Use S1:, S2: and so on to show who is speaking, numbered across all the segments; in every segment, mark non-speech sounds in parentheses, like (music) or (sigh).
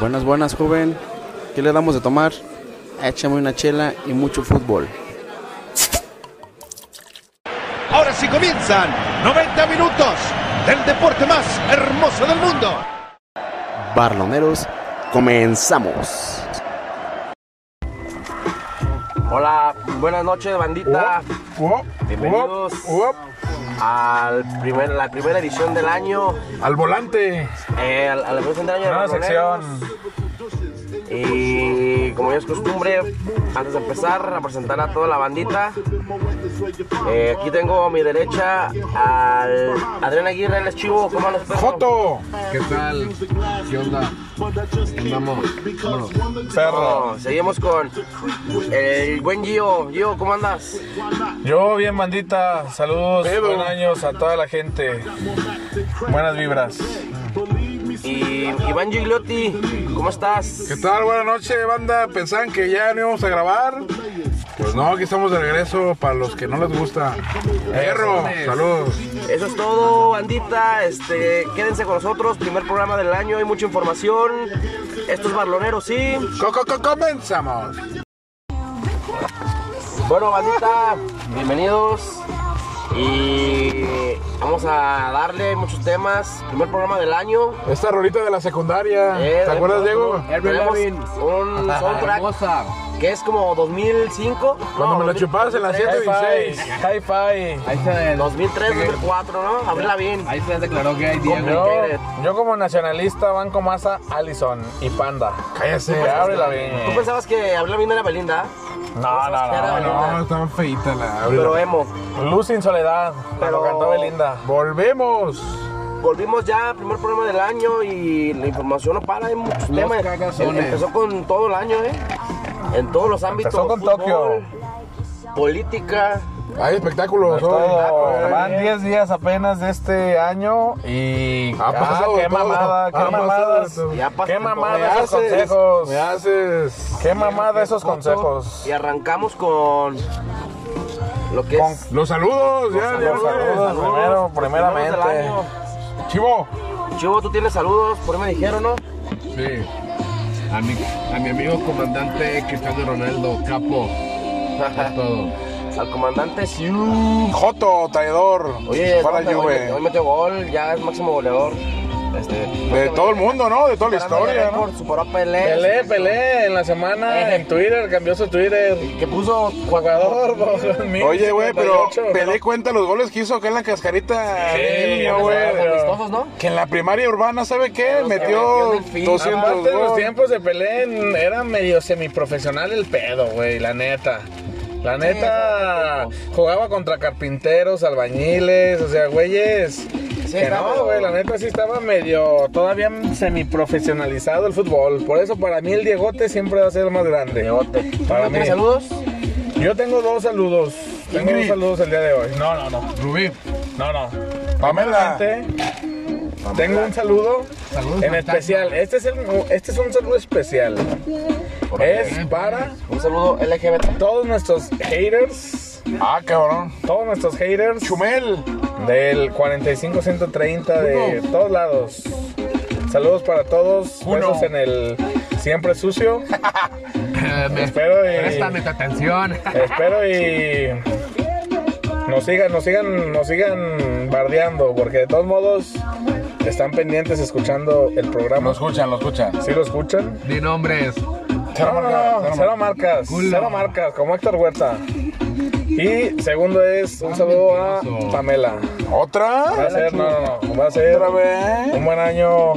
S1: Buenas, buenas, joven. ¿Qué le damos de tomar? Échame una chela y mucho fútbol.
S2: Ahora sí comienzan 90 minutos del deporte más hermoso del mundo.
S1: Barloneros, comenzamos.
S3: Hola, buenas noches, bandita.
S4: Oh,
S3: Bienvenidos al primer, la primera edición del año,
S4: Al volante.
S3: eh, a la a la primera edición del año de
S4: Nueva sección.
S3: Barroneros. Y como ya es costumbre, antes de empezar a presentar a toda la bandita, eh, aquí tengo a mi derecha al Adrián Aguirre, el chivo, ¿cómo los perros?
S4: Joto.
S5: ¿Qué tal? ¿Qué onda? Andamos. Vámonos.
S4: Perro.
S3: Oh, seguimos con el buen Gio. Gio, ¿cómo andas?
S4: Yo bien, bandita. Saludos,
S5: Pedo.
S4: buenos años a toda la gente. Buenas vibras.
S3: Y Iván Gigliotti, ¿cómo estás?
S5: ¿Qué tal? Buenas noches, banda. Pensaban que ya no íbamos a grabar. Pues no, aquí estamos de regreso para los que no les gusta. Perro, saludos.
S3: Eso es todo, bandita. Este, quédense con nosotros. Primer programa del año. Hay mucha información. Estos barloneros, sí.
S5: Co- co- co- comenzamos.
S3: Bueno, bandita, bienvenidos. Y vamos a darle muchos temas. Primer programa del año.
S4: Esta rolita de la secundaria.
S3: Eh,
S4: ¿Te acuerdas,
S3: tenemos-
S4: Diego?
S3: Tenemos un soundtrack que es como 2005.
S5: Cuando
S3: No,
S5: me la
S3: 2000,
S5: chupabas en la 116.
S4: Hi-Fi.
S3: 2003, 2004, ¿no? Abrila bien.
S6: Ahí se declaró que hay Diego.
S4: Yo, yo como nacionalista banco más a Allison y Panda.
S5: Cállese.
S4: Que abre la
S3: ¿Tú
S4: bien.
S3: pensabas que Abrila bien era Belinda?
S4: No, no, no.
S5: No, están feitas la
S3: Pero emo.
S4: Luz sin soledad.
S3: Pero-
S4: Pero cantó Belinda.
S5: Volvemos.
S3: Volvimos ya, primer programa del año y la información no para, hay muchos temas.
S6: cagazones.
S3: Empezó con todo el año, ¿eh? En todos los ámbitos.
S4: Empezó con Tokio.
S3: Política.
S5: Hay espectáculos. hoy.
S4: Todo. Van 10 días apenas de este año y.
S5: Ha pasado
S4: Ah, qué
S5: de todo.
S4: mamada,
S5: Ha
S4: qué
S5: pasado
S4: mamadas.
S5: de todo.
S3: Ya pasó
S4: Qué
S3: todo.
S5: Me
S4: mamada esos
S5: haces.
S4: consejos.
S5: Me haces.
S4: Qué mamada esos consejos.
S3: Y arrancamos con lo que
S4: Con-
S3: es.
S5: Los saludos. ya,
S4: Los
S5: ya,
S4: saludos,
S5: güey.
S4: primero,
S3: los
S4: primeramente.
S3: primeros del año.
S5: Chivo.
S3: Chivo, tú tienes saludos, por ahí me dijeron, ¿no? (laughs)
S5: Sí.
S6: A mi, a mi amigo comandante Cristiano Ronaldo, capo. Todo.
S3: Al comandante Siu.
S4: Joto, traidor.
S3: Oye,
S4: Para
S3: no, hoy,
S4: Juve.
S3: hoy metió gol, ya es máximo goleador. Este,
S4: De todo el mundo, ¿no? De toda la historia, ¿no?
S3: Por superó a Pelé.
S4: Pelé, Pelé, en la
S5: Eh.
S4: semana en Twitter, cambió su Twitter.
S3: Que puso
S4: Jugador, bo-
S5: Oye, güey, pero
S4: 58,
S5: Pelé cuenta los goles que hizo acá en la cascarita.
S4: Sí,
S5: niño,
S4: no,
S5: güey.
S4: no,
S3: amistosos, ¿no?
S5: Que en la primaria urbana, ¿sabe qué?
S3: metió
S5: Metió
S3: en el fin.
S5: 200
S4: Aparte, en los
S5: goles.
S4: tiempos de Pelé en- era medio semiprofesional el pedo, güey, la neta. La neta jugaba contra carpinteros, albañiles, o sea, güeyes. que
S3: estaba-
S4: no, güey, la neta sí estaba medio todavía semiprofesionalizado el fútbol. Por eso para mí el Diegote siempre va a ser el más grande.
S3: Diegote.
S4: Para mí.
S3: ¿Tienes saludos?
S4: Yo tengo dos saludos. Tengo dos saludos el día de hoy. No, no, no.
S5: Rubí.
S4: No, no.
S5: Pamela.
S4: Primeramente, Tengo un saludo en especial. Este es, el, este es un saludo especial. Es para
S3: Un saludo LGBT.
S4: todos nuestros haters.
S5: Ah, cabrón.
S4: Todos nuestros haters.
S5: Chumel.
S4: Del 45130 de todos lados. Saludos para todos.
S5: Uno.
S4: Besos en el siempre
S6: (laughs)
S4: sucio. Espero y,
S6: tu atención.
S4: espero y nos sigan, nos sigan, nos sigan bardeando, porque de todos modos están pendientes escuchando el programa.
S5: Lo escuchan, lo escuchan.
S4: ¿Sí lo escuchan?
S6: Di nombres.
S4: Cero marcas, cero, marcas, cero marcas, como Héctor Huerta. Y segundo es un saludo a
S6: mentiroso.
S4: Pamela. Va
S5: ¿Otra?
S4: a ser, no, no, no, va a ser
S5: ¿Otra vez?
S4: un buen año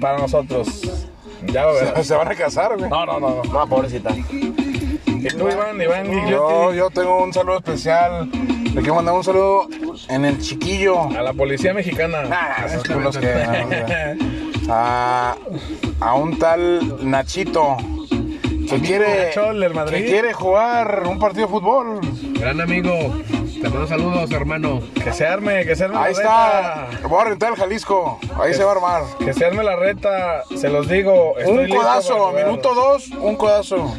S4: para nosotros. Ya lo verás.
S5: Se van a casar, güey.
S4: No, no, no. no.
S3: No, pobrecita.
S4: ¿Y tú, Iván? Iván
S5: Yo,
S4: Gigliotti.
S5: yo tengo un saludo especial. Le quiero mandar un saludo en el chiquillo.
S4: A la policía mexicana.
S5: Ah, esos culos que- a, a un tal Nachito que quiere,
S4: Nacho, el del Madrid.
S5: que quiere jugar un partido de fútbol.
S6: Gran amigo. Te mando saludos, hermano.
S4: que se arme, que se arme
S5: Ahí
S4: la
S5: está. Voy a rentar el Jalisco. Ahí se va a armar.
S4: reta. Que se arme la reta, se los digo. estoy
S5: Un
S4: listo para
S5: codazo,
S4: jugar.
S5: minuto dos, un codazo.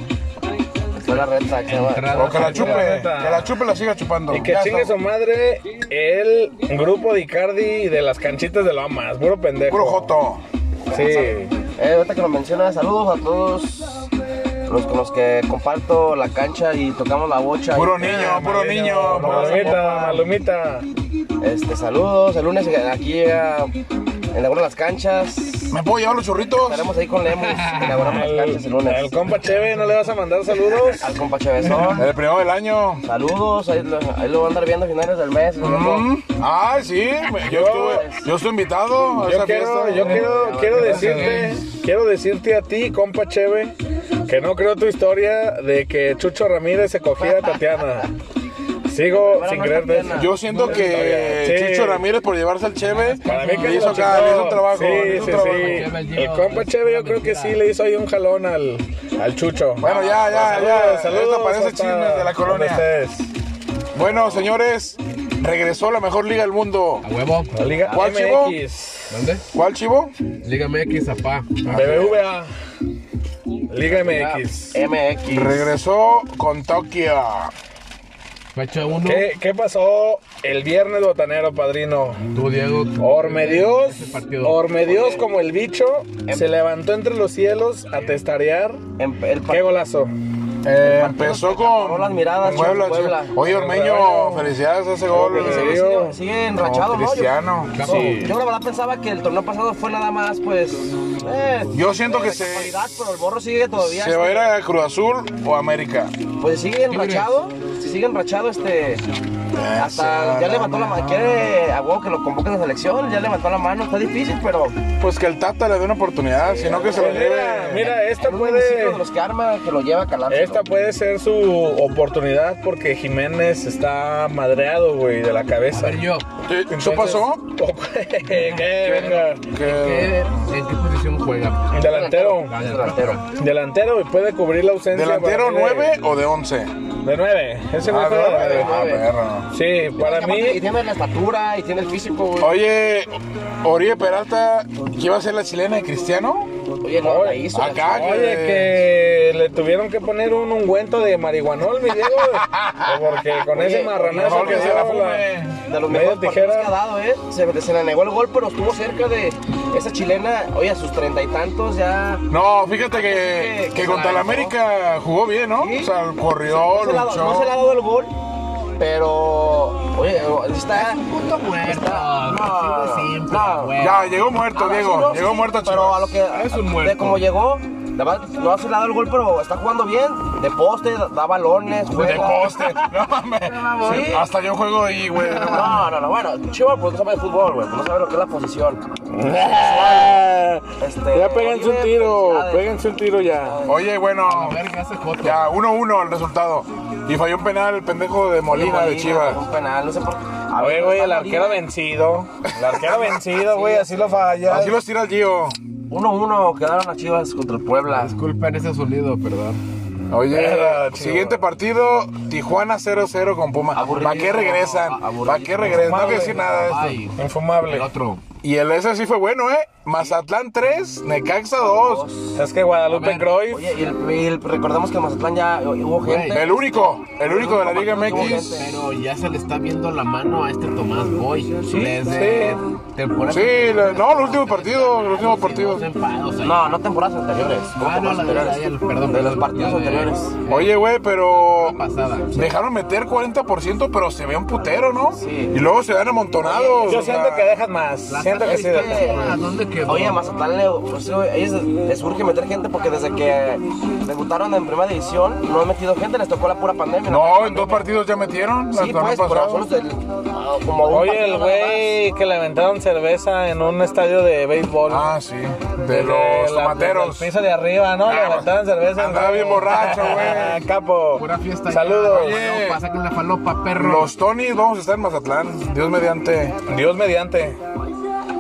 S3: Fue la reta. que va.
S6: Entrada.
S5: O que la chupe, que
S4: neta.
S5: la chupe la siga chupando.
S4: Y que
S5: Ya
S4: chingue
S5: está.
S4: su madre el grupo de Icardi de las canchitas de Lomas, puro pendejo.
S5: Puro joto.
S4: Sí,
S3: Eh, ahorita que lo mencionas, saludos a todos los con los que comparto la cancha y tocamos la bocha.
S5: Puro
S3: Y-
S5: niño, puro niño, puro
S4: Malumita, Malumita.
S3: Este, saludos. El lunes aquí eh, en alguna de las canchas.
S5: ¿Me puedo llevar los churritos?
S3: Estaremos ahí con
S4: (laughs)
S3: Lemus. Inauguramos las canchas el
S4: El,
S3: lunes.
S4: el compa Cheve, ¿no le vas a mandar saludos?
S3: Al compa Chevezón.
S5: El primero del año.
S3: Saludos. Ahí lo, ahí lo van a andar viendo a finales del mes. ¿no?
S5: Mm, Ah, sí. Yo estuve, yo estoy invitado a
S4: Yo
S5: esa
S4: quiero,
S5: fiesta.
S4: yo quiero, quiero decirte, quiero decirte a ti, compa Cheve, que no creo tu historia de que Chucho Ramírez se cogía a Tatiana. Sigo
S3: Primero
S4: sin
S3: no
S4: creerte eso.
S3: Tatiana.
S5: Yo siento que
S3: eh,
S4: Sí.
S5: Chicho Ramírez por llevarse al Cheve
S4: Para mí que
S5: le
S4: se
S5: hizo
S4: lo
S5: acá,
S4: chingó.
S5: le hizo un trabajo. le
S4: Sí,
S5: hizo un
S4: sí,
S5: trabajo.
S4: sí. El compa Cheve yo creo que sí le hizo ahí un jalón al, al Chucho.
S5: Bueno, ya, ya, ya. Esto parece
S4: hasta
S5: chismes de la
S4: donde
S5: colonia.
S4: estés.
S5: Bueno, señores, regresó la mejor liga del mundo.
S6: A huevo.
S4: La Liga
S5: ¿Cuál, Chivo?
S4: MX.
S6: ¿Dónde?
S5: ¿Cuál, Chivo?
S6: Liga MX, apá.
S4: BBVA. Liga MX.
S3: MX.
S5: Regresó con Tokio.
S6: Fecha 1.
S4: ¿Qué, qué pasó el viernes botanero, padrino?
S6: Tú, Diego.
S4: Ormedios,
S6: Ese partido.
S4: Ormedios como el bicho, se levantó entre los cielos a testarear.
S3: Em- el
S4: qué
S3: partido
S4: golazo.
S5: Eh, empezó
S3: acabó
S5: con
S3: las miradas,
S5: con Puebla,
S3: Chivo, Puebla.
S5: Chivo. Oye, Ormeño,
S4: Puebla.
S5: felicidades a ese gol.
S4: Felicidades.
S5: eh,
S3: sigue, sigue enrachado,
S5: como
S3: ¿no? Yo-
S5: Cristiano.
S3: Yo, yo la verdad pensaba que el torneo pasado fue nada más, pues. eh,
S5: Yo siento que
S3: de
S5: se-
S3: casualidad, pero el borro sigue todavía.
S5: ¿Se va a ir a Cruz Azul o América?
S3: Pues sigue enrachado. Si sigue enrachado, este. Hasta
S5: Eh,
S3: ya levantó la mano. Quiere a huevo que lo convoquen a la selección. Ya levantó la mano. Está difícil, pero.
S5: Pues que el Tata le dé una oportunidad, sino que se lo
S4: Pues
S5: lleve.
S4: mira, mira, esta
S3: en un municipio
S4: puede,
S3: de los que arma, que lo lleva a calar.
S4: esta puede ser su oportunidad porque Jiménez está madreado, güey, de la
S6: A
S4: cabeza.
S6: ver, yo.
S5: Sí, ¿Eso
S4: (laughs)
S5: pasó?
S4: que venga.
S5: Que
S6: ¿qué- ¿En qué posición juega?
S4: Delantero.
S6: Ah, delantero.
S3: delantero.
S4: Delantero y puede cubrir la ausencia.
S5: ¿Delantero
S4: para mí de-
S5: 9 o de 11?
S4: De 9. Ese güey
S5: Ah,
S4: juega de
S5: de-
S4: nueve.
S5: ah, perro.
S4: Sí, para
S3: Aparte, Y
S4: mí
S3: tiene la estatura y tiene el físico, güey.
S5: Oye, Oribe Peralta, ¿qué iba a ser la chilena de Cristiano?
S3: Oye, no, la hizo. la
S5: Acá,
S4: Oye, que le tuvieron que poner un ungüento de marihuanol, mi Diego. Pues Porque con ese marranazo
S5: mejor
S4: que
S5: que
S4: se
S5: se la
S4: la
S5: fume.
S3: De los
S4: Media
S3: mejores partidos
S4: tijera.
S3: que ha dado, ¿eh? Se, se le negó el gol, pero estuvo cerca de esa chilena. Oye, a sus treinta y tantos ya.
S5: No, fíjate que, que contra la América jugó bien, ¿no? O sea, corrió,
S3: No se, le ha, no se le ha
S5: luchó.
S3: dado el gol, pero. Oye, está.
S6: Punto muerto.
S3: No,
S6: Sigo siempre,
S3: no.
S6: güey.
S5: Ya, llegó muerto,
S3: Ah, sí,
S5: Diego.
S3: no, sí,
S5: Llegó
S3: sí,
S5: muerto,
S3: Pero a lo
S5: Chivas.
S3: que.
S6: Es un muerto.
S3: De cómo llegó. la verdad, no se le ha dado el gol, pero está jugando bien. De poste, da- da balones,
S5: De
S3: juega.
S5: poste.
S3: (laughs)
S5: No mames.
S3: Sí.
S5: Hasta yo juego ahí, güey.
S3: (laughs) No, no, no, bueno, Chivas pues no sabe de fútbol, güey, no sabe lo que es la posición. Este,
S4: Ya péganse un
S3: Oribe,
S4: tiro,
S3: felicidades.
S4: péganse un tiro ya.
S5: Oye, bueno.
S6: A ver, ¿qué hace Joto?
S5: Ya, 1-1 el resultado. Y falló un penal el pendejo de Molina de Chivas.
S3: Un penal, no sé por qué. A
S4: Oye,
S3: ver,
S4: güey,
S3: está
S4: el arquero
S3: Molina.
S4: vencido. El arquero vencido, güey, así lo falla.
S5: Así los tira el Gio.
S3: 1-1 quedaron las Chivas contra el Puebla.
S6: Disculpen ese sonido, perdón.
S5: Oye,
S4: Era, chido.
S5: siguiente partido, Tijuana 0-0 con Puma.
S3: Ah, Aburridísimo.
S5: ¿Para qué
S3: A-
S5: regresan?
S3: aburridísimo.
S5: ¿Para qué regresan? No hay que decir nada de esto.
S6: Ay,
S4: Infumable.
S3: Eh,
S6: el otro.
S5: Y el ese sí fue bueno, ¿eh? Mazatlán 3, Necaxa 2.
S4: Es que Guadalupe
S6: A ver,
S4: Croy.
S3: Oye, y, el, y el- recordemos que en Mazatlán ya eh, hubo gente.
S5: El único, el único de la Liga MX.
S6: Pero ya se le está viendo la mano a este Tomás Boy. Desde temporada.
S5: Sí, le- no, el último partido, el último partido.
S6: Dos empados ahí.
S3: No, no temporadas anteriores. ¿cómo
S6: Ah, no,
S3: temporadas
S6: la de, la de-
S3: anteriores?
S6: perdón,
S3: De los
S6: perdón,
S3: partidos
S6: la de-
S3: anteriores.
S5: Oye, güey, pero
S6: Pasada.
S5: dejaron meter 40%, pero se ve un putero, ¿no?
S3: Sí.
S5: Y luego se dan amontonados.
S4: Yo
S5: pues, o sea,
S4: siento que dejan más. Siento que
S3: Es
S4: sí.
S3: que-
S4: dejan.
S6: ¿A dónde quedó?
S3: Oye, a Mazatlán le, pues, sí, güey, a ellos les surge meter gente porque desde que debutaron en primera división no han metido gente, les tocó la pura pandemia.
S5: No, en dos partidos ya metieron.
S3: Sí,
S5: el torneo
S3: pues, pero
S5: pasado.
S3: solo es el- ah, como un
S4: Oye,
S3: partido
S4: el
S3: nada
S4: güey que le aventaron cerveza en un estadio de béisbol.
S5: Ah, sí. De
S4: Desde
S5: los
S4: la-
S5: tomateros.
S4: desde el piso de arriba, ¿no? Le
S5: Ah,
S4: aventaron cerveza.
S5: andaba bien
S4: (laughs)
S5: borracho, güey.
S4: Ah, Capo.
S6: Pura fiesta. ya.
S4: Saludos.
S6: Oye, falopa, Saquen la falopa, perro.
S5: Los Tonys vamos a estar en Mazatlán. Dios mediante.
S4: Dios mediante.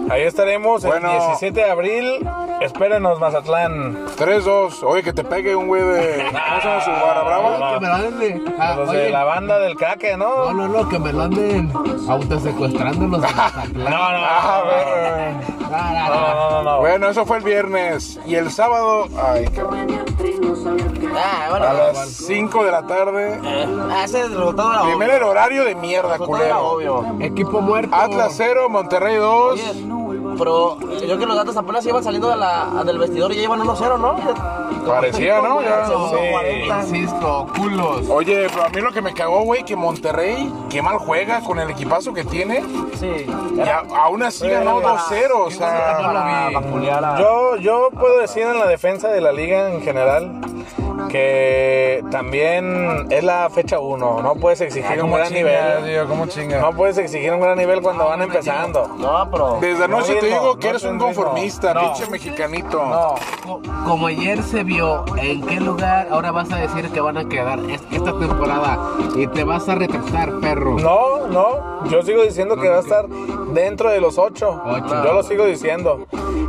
S4: Ahí estaremos
S5: Bueno.
S4: el 17 de abril. Espérenos, Mazatlán.
S5: 3-2. Oye, que te pegue un güey de. ¿Cómo se llama Ah, su barra brava?
S6: Que me lo anden. ah,
S4: Los
S6: oye,
S4: de la banda del craque,
S6: No,
S4: ¿no?
S6: no, no, que me lo anden autosecuestrando los de (laughs) Mazatlán.
S4: No, no,
S5: Ah,
S4: no.
S5: ver.
S6: Ah,
S4: No,
S6: ah,
S4: no, no, no.
S5: Bueno, eso fue el viernes. Y el sábado, ay, qué-
S3: más. Ah, bueno,
S5: a las 5 de la tarde.
S3: ah, ese resultado era
S5: Primero
S3: obvio.
S5: el horario de mierda,
S3: Resultado era
S5: culero.
S3: obvio.
S6: Equipo muerto.
S5: Atlas 0, Monterrey 2.
S3: Oye, pero yo creo que los gatos apenas iban saliendo de la, del vestidor y ya iban 1-0, ¿no? Ya-
S5: Parecía, ¿no? Ya,
S3: Segundo
S5: sí.
S3: 40.
S2: Insisto, culos.
S5: Oye, pero a mí lo que me cagó, güey, que Monterrey, que mal juega con el equipazo que tiene.
S3: Sí.
S5: Y a- aún así ganó 2-0, o sea.
S3: Para vapulear a-
S4: Yo, yo puedo decir en la defensa de la liga en general que también es la fecha 1. No puedes
S5: Ah,
S4: exigir un gran nivel.
S5: ¿Cómo chinga?
S4: No puedes exigir un gran nivel cuando van empezando.
S3: No, pero.
S5: Desde anoche te
S4: ritmo,
S5: digo que
S4: no
S5: eres
S4: tiene
S5: un
S4: ritmo.
S5: conformista,
S4: No.
S5: pinche mexicanito.
S4: No,
S2: Co- Como ayer se vio, ¿en qué lugar ahora vas a decir que van a quedar es- esta temporada? Y te vas a retractar, perro.
S4: no, no. Yo sigo diciendo que va a estar dentro de los 8.
S2: Ocho.
S4: Yo lo sigo diciendo.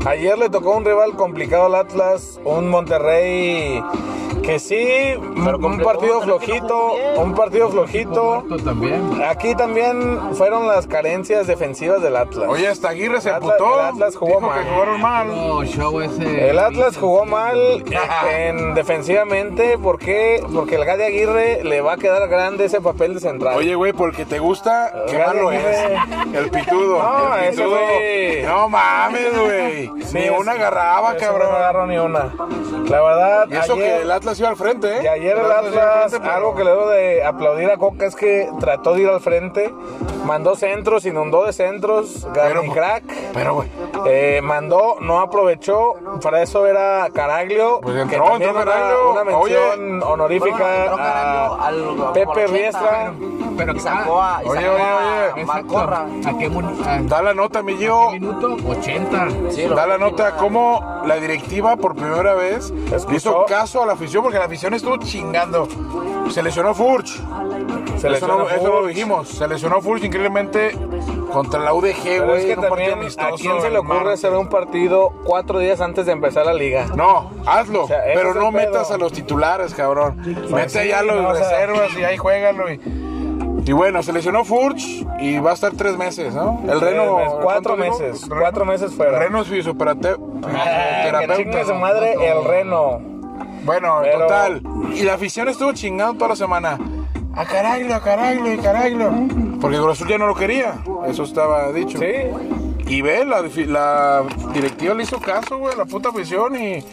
S4: Ayer le tocó un rival complicado al Atlas, un Monterrey que sí, un
S3: complicado,
S4: partido
S3: Monterrey que no jugó
S4: flojito,
S3: bien.
S4: un partido flojito.
S2: Tú también.
S4: Aquí también fueron las carencias defensivas del Atlas.
S5: Oye, hasta Aguirre se
S4: Atlas-
S5: emputó.
S4: el Atlas jugó
S5: dijo
S4: mal.
S5: que jugaron mal.
S2: No, show ese.
S4: El Atlas jugó mal en defensivamente porque porque el Gadi Aguirre le va a quedar grande ese papel de central.
S5: Oye, güey, porque te gusta, qué
S4: Gadi
S5: malo es.
S4: Aguirre.
S5: El
S4: (laughs)
S5: pitudo.
S4: No,
S5: el
S4: ese
S5: pitudo.
S4: güey.
S5: No mames, güey.
S4: Sí,
S5: Ni
S4: es-
S5: una agarraba,
S4: ese
S5: cabrón.
S4: No agarró ni una. La verdad,
S5: Y eso
S4: ayer,
S5: que el Atlas iba al frente, ¿eh?
S4: y ayer el
S5: iba al
S4: Atlas,
S5: frente, pero-
S4: algo que le debo de aplaudir a Coca es que trató de ir al frente, mandó centros, inundó de centros,
S5: Pero-
S4: Gary Crack.
S5: Pero, güey.
S4: Eh, mandó, no aprovechó. Para eso era Caraglio.
S5: Pues
S4: que
S5: entró,
S4: también
S5: entró
S4: una-
S5: Caraglio.
S4: Una, mención honorífica
S3: Bueno, entró Caraglio
S4: a
S3: al- como
S4: Pepe
S3: 80,
S4: Riestra.
S2: Pero
S3: Y sacó a. y
S5: Oye,
S3: sacó a
S5: oye, oye.
S3: Malcorra.
S2: ¿A qué mon- a-
S5: Da la nota, mi Gio.
S2: qué minuto? 80.
S3: Sí, lo-
S5: Da la nota cómo la directiva por primera vez
S4: Escuchó.
S5: hizo caso a la afición porque la afición estuvo chingando. Se lesionó Furch.
S4: Se
S5: eso, no, eso no lo
S4: Furch.
S5: dijimos. Se lesionó Furch increíblemente contra la UDG,
S4: Pero
S5: güey.
S4: es que
S5: en un partido
S4: también, ¿a
S5: amistoso
S4: quién se
S5: el
S4: le ocurre
S5: martes.
S4: hacer un partido cuatro días antes de empezar la liga?
S5: No, hazlo,
S4: O sea, ese
S5: pero
S4: es el
S5: no metas
S4: pedo.
S5: a los titulares, cabrón. Mete
S4: sí,
S5: allá los
S4: no, o sea-
S5: reservas y ahí juégalo. Y, y bueno, se lesionó Furch y va a estar tres meses, ¿no? El Reno.
S4: Tres meses, cuatro
S5: ¿cuánto dijo?
S4: meses, cuatro meses fuera.
S5: El Reno es fisioterapeuta.
S4: Ah, que chingue su madre el reno.
S5: Bueno,
S4: Pero-
S5: total. Y la afición estuvo chingando toda la semana. A caraglio, a caraglio, a caraglio. Porque Cruz Azul ya no lo quería. Eso estaba dicho.
S4: Sí,
S5: Y ve, la, difi- la directiva le hizo caso, güey, a la puta afición y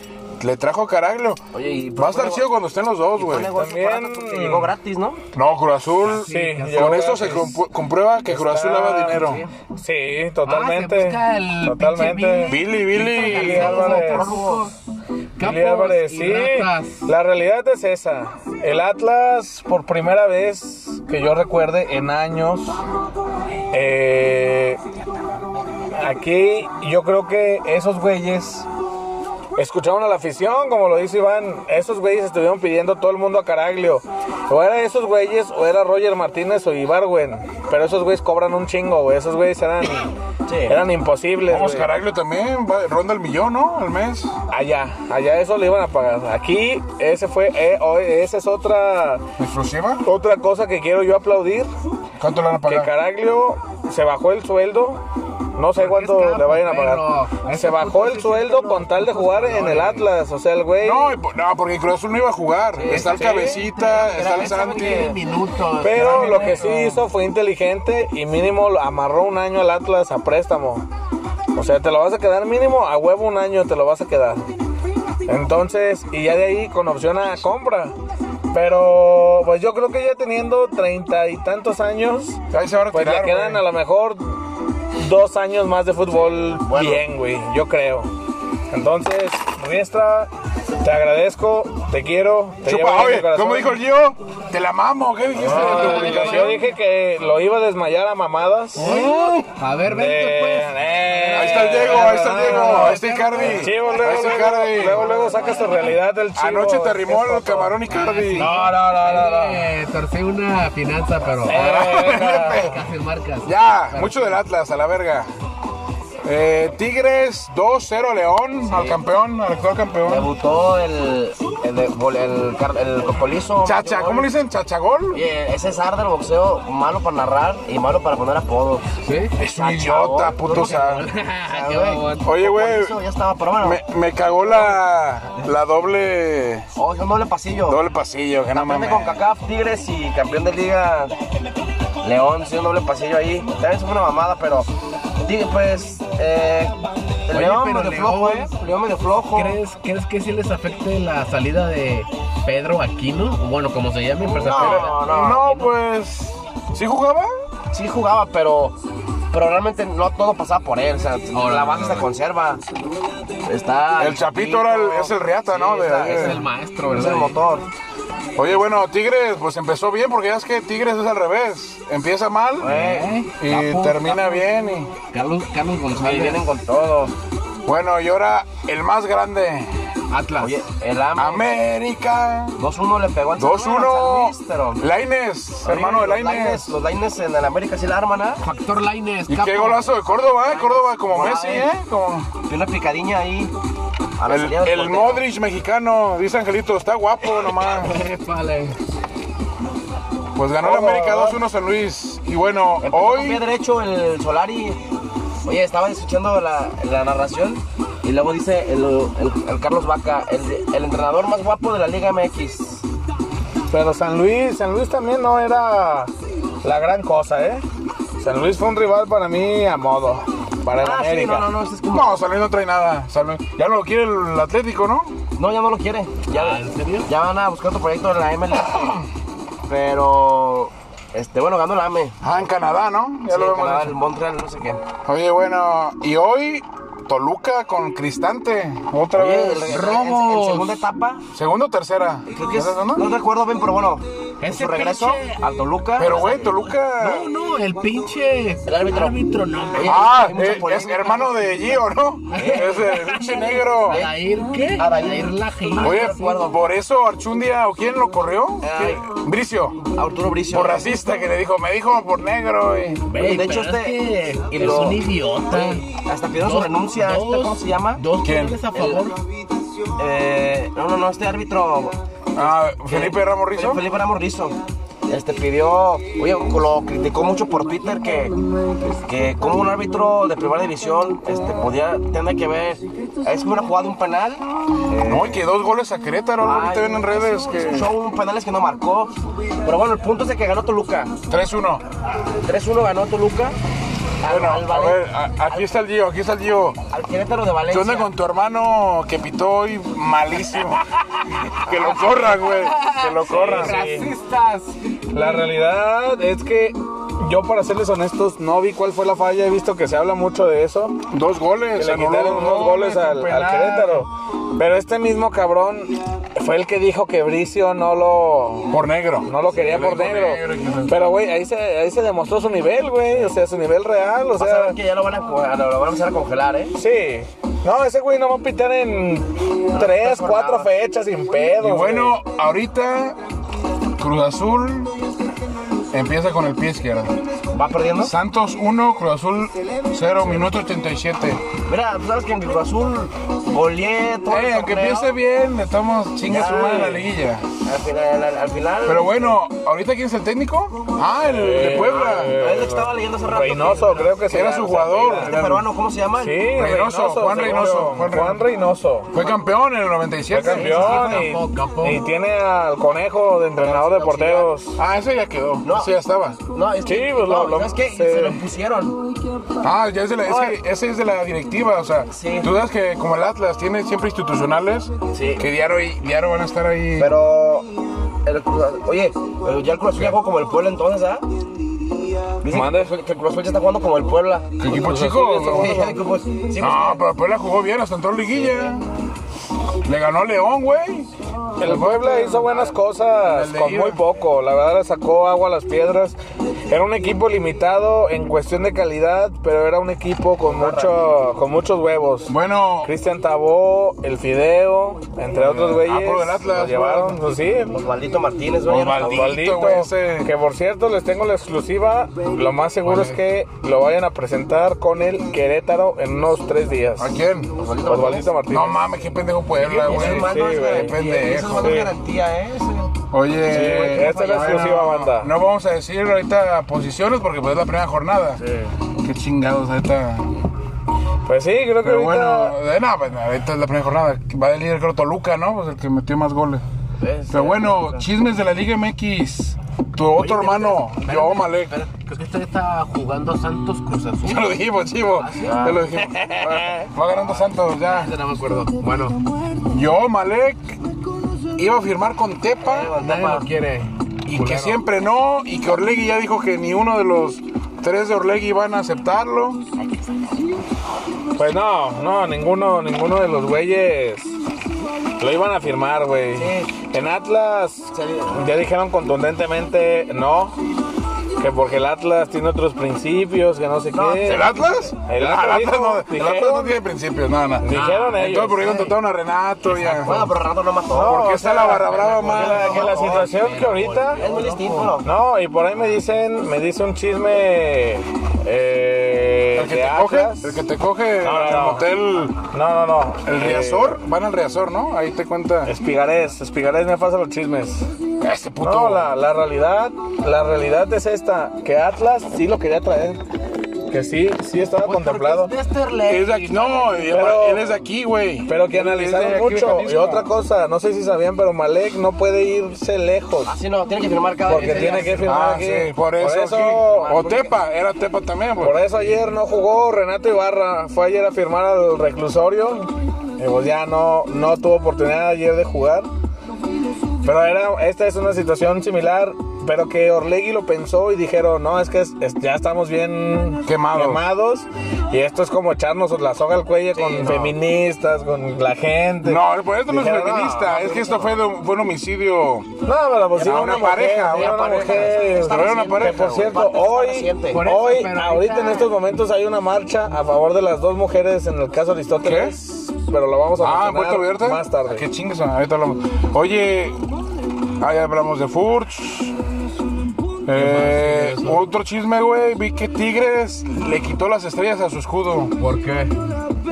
S5: le trajo a caraglio.
S3: Oye, y-
S5: Va a estar
S3: pero-
S5: chido cuando estén los dos,
S3: Fue
S5: güey.
S3: negocio
S4: también-
S3: barato porque llegó gratis, ¿no?
S5: No, Cruz Azul.
S4: Sí, llegó
S5: con esto
S4: gratis.
S5: se compu- comprueba que Cruz Azul lava dinero.
S4: sí,
S2: Ah, se
S4: totalmente.
S2: busca el pinche
S4: totalmente.
S5: Billy, Billy.
S4: Billy Álvarez. Billy Álvarez, sí. La realidad es esa. El Atlas, por primera vez que yo recuerde en años, eh, aquí yo creo que esos güeyes escucharon a la afición, como lo dice Iván. Esos güeyes estuvieron pidiendo todo el mundo a Caraglio. O era esos güeyes, o era Roger Martínez o Ibarwen. Pero esos güeyes cobran un chingo, güey. Esos güeyes eran, eran imposibles.
S5: Vamos,
S4: güey.
S5: caraglio también. va- ronda el millón, ¿no? Al mes.
S4: Allá, allá eso le iban a pagar. Aquí, ese fue, eh, oh, esa es otra,
S5: Exclusiva.
S4: otra cosa que quiero yo aplaudir.
S5: ¿Cuánto le van a
S4: Que
S5: pagar?
S4: Caraglio se bajó el sueldo. No sé cuánto
S2: escapa,
S4: le vayan a
S2: perro?
S4: pagar.
S2: Ese
S4: Se bajó
S2: puto
S4: el
S2: sí
S4: sueldo
S2: tiene
S4: con tal de jugar en el Atlas. O sea, el güey.
S5: No, y po- no, porque Cruz Azul no iba a jugar. está el
S4: sí.
S5: cabecita, está el
S2: Saben
S5: Santi.
S2: que minutos.
S4: Pero lo que sí hizo fue inteligente y mínimo lo amarró un año al Atlas a préstamo. O sea, te lo vas a quedar mínimo a huevo un año, te lo vas a quedar. Entonces, y ya de ahí con opción a compra. Pero pues yo creo que ya teniendo treinta y tantos años,
S5: Ahí se va a
S4: pues
S5: retirar,
S4: le quedan
S5: güey.
S4: a lo mejor dos años más de fútbol
S5: Bueno.
S4: bien, güey, yo creo. Entonces, Riestra, te agradezco, te quiero. Te llevo en
S5: Chupa,
S4: mi
S5: oye,
S4: corazón.
S5: ¿cómo dijo el Gio? Te la mamo, ¿qué dijiste? en tu
S4: Pues Yo
S5: publicación?
S4: dije que lo iba a desmayar a mamadas.
S2: A ver,
S4: Eh,
S2: vente, pues.
S4: eh,
S5: Ahí está el Diego, ahí está el Diego, ahí está
S4: Chivo,
S5: Icardi.
S4: Ah, pues, luego,
S5: Ahí está
S4: luego,
S5: Icardi.
S4: luego, luego sacas tu realidad del chivo.
S5: Anoche te arrimó
S4: Qué
S5: el
S4: foto.
S5: camarón Icardi. (laughs)
S4: No, no, no, no, no. Eh,
S2: Eh, torcí una finanza, pero.
S4: venga.
S2: Casi marcas.
S5: Ya, mucho del Atlas, a la verga. Eh, Tigres 2-0 León, al campeón, al actual campeón.
S3: Debutó el. El, de- gol- el, car- el cocolizo.
S5: Chacha, ¿cómo le dicen? ¿Chachagol?
S3: Oye, ese zar del boxeo, malo para narrar y malo para poner apodos.
S2: ¿Sí?
S5: Es un idiota, puto sal.
S2: Ah, Qué babón.
S5: Oye, güey,
S3: Cocolizo, ya estaba, pero bueno.
S5: me, me cagó la, la doble,
S3: Oh, es un doble pasillo.
S5: doble pasillo, que no
S3: Campeón de
S5: mames.
S3: CONCACAF, Tigres y campeón de Liga León, sí, un doble pasillo ahí. También es una mamada, pero Di- pues, eh, el
S6: Oye,
S3: León
S6: pero
S3: medio
S6: León,
S3: flojo, ¿eh? León medio flojo.
S6: ¿Crees, ¿Crees que sí les afecte la salida de Pedro Aquino? Bueno, como se llame, pero se
S3: No, no,
S5: No, pues. ¿Sí jugaba?
S3: sí jugaba, pero pero realmente no todo pasaba por él. O sea, la base se conserva. Está.
S5: El Chapito era el- es el Riata, ¿no? De
S3: está-
S5: ahí,
S3: es
S6: es
S5: eh.
S6: el
S3: el,
S6: maestro,
S3: es
S6: ¿verdad?
S3: el motor.
S5: Oye, bueno, Tigres, pues empezó bien, porque ya es que Tigres es al revés. Empieza mal
S3: Eh,
S5: y
S6: Capo,
S5: termina
S6: capo.
S5: bien. y-
S6: Carlos, Carlos
S3: ahí
S6: González.
S3: vienen con todo.
S5: Bueno, y ahora el más grande,
S6: Atlas.
S3: Oye, el AME.
S5: América.
S3: 2-1 le pegó al San
S5: 2-1.
S3: Luis, pero-
S5: Laines, hermano de
S3: Los Lainez-
S5: Laines.
S3: Los Laines en el América sí la arman, ¿ah?
S6: Factor Laines.
S5: Y
S6: capo.
S5: qué golazo de Córdoba, ¿eh? Córdoba como
S3: Ah,
S5: Messi, ¿eh?
S3: eh.
S5: Como
S3: Y una picadiña ahí. a la
S5: el,
S3: salida del
S5: el
S3: portero.
S5: Modric mexicano, dice Angelito, está guapo nomás.
S6: Épale.
S5: Pues ganó el América 2-1 San Luis. Y bueno,
S3: Empezó con pie
S5: hoy
S3: derecho el Solari. Oye, estaba escuchando la, la narración y luego dice el, el- el Carlos Vaca, el, el entrenador más guapo de la Liga MX.
S5: Pero San Luis, San Luis también no era la gran cosa, ¿eh? San Luis fue un rival para mí a modo, para el
S3: Ah, sí,
S5: América.
S3: no, no, no, ese es como-
S5: No, San Luis no trae nada. San Luis- Ya no lo quiere el Atlético, ¿no?
S3: No, ya no lo quiere. Ya,
S6: Ah, ¿en serio?
S3: ya van a buscar otro proyecto en la MLS. Pero, este, bueno, ganó la AME.
S5: Ah, en Canadá, ¿no? Ya
S3: Sí,
S5: lo vemos.
S3: Canadá, el Montreal, no sé qué.
S5: Oye, bueno, y hoy Toluca con Cristante, otra
S3: Oye, el,
S5: vez.
S3: el-
S6: Robos.
S3: en segunda etapa,
S5: Segunda o tercera.
S3: creo que es,
S5: ¿Esa es una?
S3: Pues, no recuerdo bien, pero bueno, en
S6: Ese
S3: su regreso
S6: pinche-
S3: al Toluca.
S5: Pero, güey, Toluca.
S6: No, no, el pinche.
S3: El árbitro.
S6: no.
S3: Oye,
S5: Ah,
S3: hay mucha
S5: eh, es
S3: polémica. Eh.
S5: hermano de Gio, ¿no? Es el pinche negro.
S6: Adair, ¿qué?
S3: Adair.
S6: Adair Laje.
S5: Oye,
S3: recuerdo.
S5: por eso Archundia, ¿o quién lo corrió?
S3: Ay.
S5: ¿Quién? Bricio,
S3: Arturo Bricio.
S5: por racista que le dijo, me dijo por negro. y-
S6: Güey,
S3: de hecho,
S6: pero
S3: este-
S6: es que
S3: y
S6: es
S3: lo-
S6: un idiota.
S3: Hasta pidieron su renuncia. ¿Este cómo se llama?
S6: Dos
S5: ¿Quién?
S6: goles a favor.
S3: Eh, no, no, no, este árbitro.
S5: Ah,
S3: que-
S5: Felipe Ramos Rizzo.
S3: Felipe Ramos Rizzo. Este pidió, oye, lo criticó mucho por Twitter que, que como un árbitro de primera división, este, podía, tener que ver, es una jugada de un penal.
S5: No, y que dos goles a Querétaro, ¿no? ahorita Ah, ven en redes que
S3: Son penales que no marcó. Pero bueno, el punto es de que ganó Toluca.
S5: 3-1.
S3: 3-1 ganó Toluca. Al-
S5: Bueno,
S3: al,
S5: a
S3: Valen-
S5: ver, a- aquí está el Gio, aquí está el Gio.
S3: al Querétaro de
S5: ¿Qué
S3: Valencia.
S5: onda con tu hermano que pitó hoy malísimo? (laughs) que lo corran, güey. Que lo corran.
S4: Racistas. La realidad es que yo, para serles honestos, no vi cuál fue la falla. He visto que se habla mucho de eso.
S5: Dos
S4: que
S5: goles,
S4: le
S5: anuló
S4: quitaron unos goles al, al Querétaro. Pero este mismo cabrón fue el que dijo que Bricio no lo,
S5: Por negro.
S4: no lo quería
S5: Le
S4: por
S5: dijo
S4: negro.
S5: y que no-
S4: Pero, güey, ahí se, ahí se demostró su nivel, güey. O sea, su nivel real. O
S3: Vas a ver
S4: sea,
S3: que ya lo van a, co- lo- lo van a empezar a congelar, ¿eh?
S4: sí. No, ese güey no va a pitar en tres, cuatro fechas sin pedo.
S5: Y bueno, ahorita Cruz Azul empieza con el pie izquierdo.
S3: ¿Va perdiendo?
S5: Santos 1, Cruz Azul 0, minuto 87.
S3: Mira, tú sabes que en Cruz Azul goleé todo el
S5: Eh, aunque
S3: torneo.
S5: empiece bien, estamos chingas su madre en la liguilla.
S3: Al final, al, al final.
S5: Pero bueno, ahorita quién es el técnico? Ah, el de Puebla.
S3: es lo que estaba leyendo hace rato.
S4: Reynoso, creo que sí.
S5: Era su jugador.
S3: Este peruano, ¿cómo se llama?
S4: Sí,
S5: Reynoso, Juan
S4: seguro.
S5: Reynoso, Juan
S4: Juan,
S5: Reynoso.
S4: Reynoso.
S5: Fue campeón en el
S4: Fue
S5: 97.
S4: campeón y-
S6: Campo, campo.
S4: y, tiene al conejo de entrenador de porteros.
S5: Ah, ese ya quedó.
S3: No.
S5: Ese ya estaba.
S3: No, es que,
S4: Sí, pues, lo-
S3: no,
S4: lo-
S3: ¿sabes qué?
S4: sí.
S3: Se lo pusieron.
S5: Ah, ya es de la, es que ese es de la directiva, o sea,
S3: Sí.
S5: tú sabes que como el Atlas tiene siempre institucionales,
S3: Sí.
S5: que diario, y- diario van a estar ahí.
S3: Pero. El Cruz Azul- oye, pero ya el Cruz Azul ya jugó como el Puebla entonces, ¿ah? Dicen
S4: Mande.
S3: que que el Cruz Azul ya está jugando como el Puebla.
S5: ¿Qué equipo chico?
S3: Sí, el Cruz Azul. Sí, pues,
S5: No, pero Puebla jugó bien, hasta entró en liguilla. Le ganó a León, güey.
S4: El Puebla hizo buenas cosas
S5: El de
S4: con
S5: ida.
S4: muy poco. La verdad le sacó agua a las piedras. Era un equipo limitado en cuestión de calidad, pero era un equipo con mucho, con muchos huevos.
S5: Bueno,
S4: Cristian Tabó, el Fideo, entre otros güeyes.
S5: Ah, por el Atlas,
S4: lo llevaron, pues sí.
S3: Osvaldito Martínez, güey.
S5: Osvaldito.
S4: Osvaldito,
S5: güey, ese.
S4: que por cierto les tengo la exclusiva. Lo más seguro es que lo vayan a presentar con el Querétaro en unos tres días.
S5: ¿a quién?
S4: Osvaldito Martínez.
S5: No mames, qué pendejo Puebla,
S3: Ese
S5: güey.
S3: man no es
S4: sí, güey,
S3: garantía,
S5: pendejo.
S3: ese man no es
S4: Sí.
S3: garantía, ¿eh? Ese-
S5: Oye, eh,
S4: güey, esta es la exclusiva, banda.
S5: No vamos a decir ahorita posiciones porque pues es la primera jornada. Qué chingados ahorita.
S4: Pues sí, creo que
S5: Pero
S4: ahorita.
S5: bueno, de nada, pues, ahorita es la primera jornada. Va el líder creo Toluca, ¿no? Pues el que metió más goles. Pero bueno, chismes de la Liga MX. Tu otro hermano,
S6: espérate,
S5: yo,
S6: espérate,
S5: Malek.
S6: espérate. Creo que usted está jugando Santos
S5: (laughs)
S6: Cruz Azul. Ah,
S5: Te lo dijimos, chivo. Te lo dijimos. Va ganando Santos ya.
S6: Ya no me acuerdo. Bueno,
S5: Yo, Malek, iba a firmar con Tepa
S6: nadie lo quiere.
S5: y que siempre no. Y que Orlegui ya dijo que ni uno de los tres de Orlegui van a aceptarlo.
S4: Pues no, no, ninguno, ninguno de los güeyes lo iban a firmar, güey. En Atlas ya dijeron contundentemente no, que porque el Atlas tiene otros principios, que no sé qué.
S5: ¿El Atlas?
S4: El
S5: Ah,
S4: Atlas dijo,
S5: no, el
S4: dijeron.
S5: Atlas no tiene principios, nada, nada.
S4: Dijeron ellos.
S5: Entonces, por qué contrataron a Renato y a- Ah,
S3: Bueno, pero Rato no mató.
S4: No,
S5: ¿Por qué
S4: o
S5: está
S4: sea,
S5: la barra brava
S4: que la- que
S5: más?
S4: la situación que ahorita
S3: Es muy distinto.
S4: No, y por ahí me dicen, me dice un chisme eh,
S5: El que
S4: de
S5: te coge,
S4: Atlas.
S5: el que te coge
S4: No, no,
S5: en el
S4: no.
S5: hotel,
S4: No, no, no.
S5: el
S4: eh,
S5: Riazor, van al Riazor, ¿no? Ahí te cuenta.
S4: Espigarés, Espigarés me pasa los chismes.
S5: Este puto.
S4: No, la, la realidad, la realidad es esta, que Atlas sí lo quería traer, que sí, sí estaba contemplado,
S6: Porque es de Sterling.
S5: Es de aquí, no,
S4: Pero-
S5: él es de aquí, güey.
S4: pero que
S5: Él es de
S4: analizaron
S5: aquí,
S4: mucho. Y
S5: Jalisco.
S4: otra cosa, no sé si sabían, pero Malek no puede irse lejos,
S3: Así Ah, no, tiene que firmar cada
S4: porque
S3: 15 días.
S4: tiene que firmar
S5: Ah,
S4: aquí.
S5: sí, por eso. sí. O Tepa, era Tepa también, pues. güey.
S4: Por eso ayer no jugó Renato Ibarra, fue ayer a firmar al reclusorio, y pues ya no, no tuvo oportunidad ayer de jugar. Pero era, esta es una situación similar, pero que Orlegui lo pensó y dijeron, no, es que es- es- ya estamos bien
S5: Quemados.
S4: quemados, y esto es como echarnos la soga al cuello con feministas, con la gente.
S5: No, por esto no es
S4: Dijeron, "Ah,
S5: feminista, es que esto fue, de un- fue un homicidio.
S4: No, pero pues sí,
S5: Era
S4: una,
S5: una pareja,
S4: mujer, sí,
S5: una
S4: una
S5: pareja.
S4: mujer.
S5: Pero era una pareja,
S4: Que, por
S5: güey.
S4: cierto, hoy,
S3: reciente.
S6: Por eso,
S4: hoy
S6: pero
S4: ahorita...
S6: ahorita-
S4: en estos momentos hay una marcha a favor de las dos mujeres en el caso Aristóteles. Pero lo vamos a
S5: Ah, ¿en
S4: mencionar
S5: Puerto Vallarta?
S4: más tarde.
S5: Qué chingues, ah, ahorita hablamos. Oye, ahí hablamos de Furch. Eh, otro chisme, güey. Vi que Tigres le quitó las estrellas a su escudo.
S7: ¿Por qué?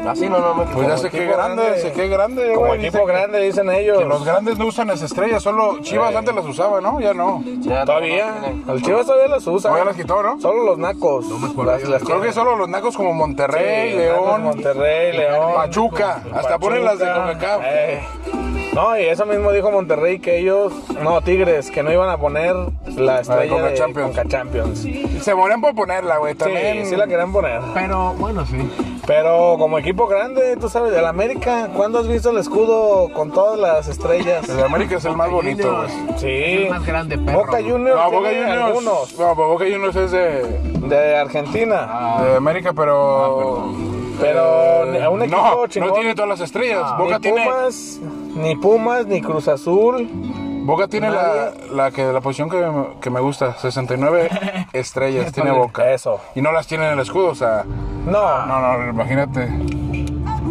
S3: Así Ah, no, no me
S5: Pues ya
S3: equivoco.
S5: sé que
S4: equipo
S5: grande,
S4: grande.
S5: sé que grande,
S4: Como
S5: güey.
S4: equipo
S5: Dice
S4: grande, dicen ellos.
S5: que Los grandes no usan las estrellas, solo Chivas antes las usaba, ¿no? Ya no.
S3: Ya, no, no
S4: Todavía.
S3: tiene.
S4: El Chivas todavía las usa.
S5: Todavía las quitó, ¿no?
S4: Solo los nacos. No me acuerdo. Las, las
S5: Creo que solo los nacos como Monterrey,
S4: Sí,
S5: León,
S4: Monterrey, León.
S5: Pachuca, hasta ponen las de
S4: Pachuca,
S5: CONCACAF.
S4: eh. No, y eso mismo dijo Monterrey que ellos, no, Tigres, que no iban a poner la estrella de
S5: Concachampions.
S4: Conca Champions. Sí,
S5: Se morían por ponerla, güey. También.
S4: sí la querían poner.
S6: Pero bueno, sí.
S4: Pero como equipo grande, tú sabes, del América, ¿cuándo has visto el escudo con todas las estrellas?
S5: (laughs) El de América es el más bonito, güey.
S6: Es
S4: Sí.
S6: el más grande, perro.
S4: Boca Juniors,
S5: No, Boca
S4: tiene
S5: Juniors.
S4: algunos
S5: No, Boca Juniors es de, ah,
S4: de Argentina.
S5: de América, pero.
S4: Pero ni- Ah, a un equipo
S5: eh, No,
S4: chingón.
S5: no tiene todas las estrellas. Boca
S4: ni
S5: tiene,
S4: Pumas, ni Pumas, ni Cruz Azul.
S5: Boca tiene la, la, que, la posición que, me- que me gusta:
S4: (laughs)
S5: 69 estrellas tiene Boca.
S4: Eso.
S5: Y no las tiene en el escudo, o sea.
S4: No,
S5: No, no, imagínate.
S4: No.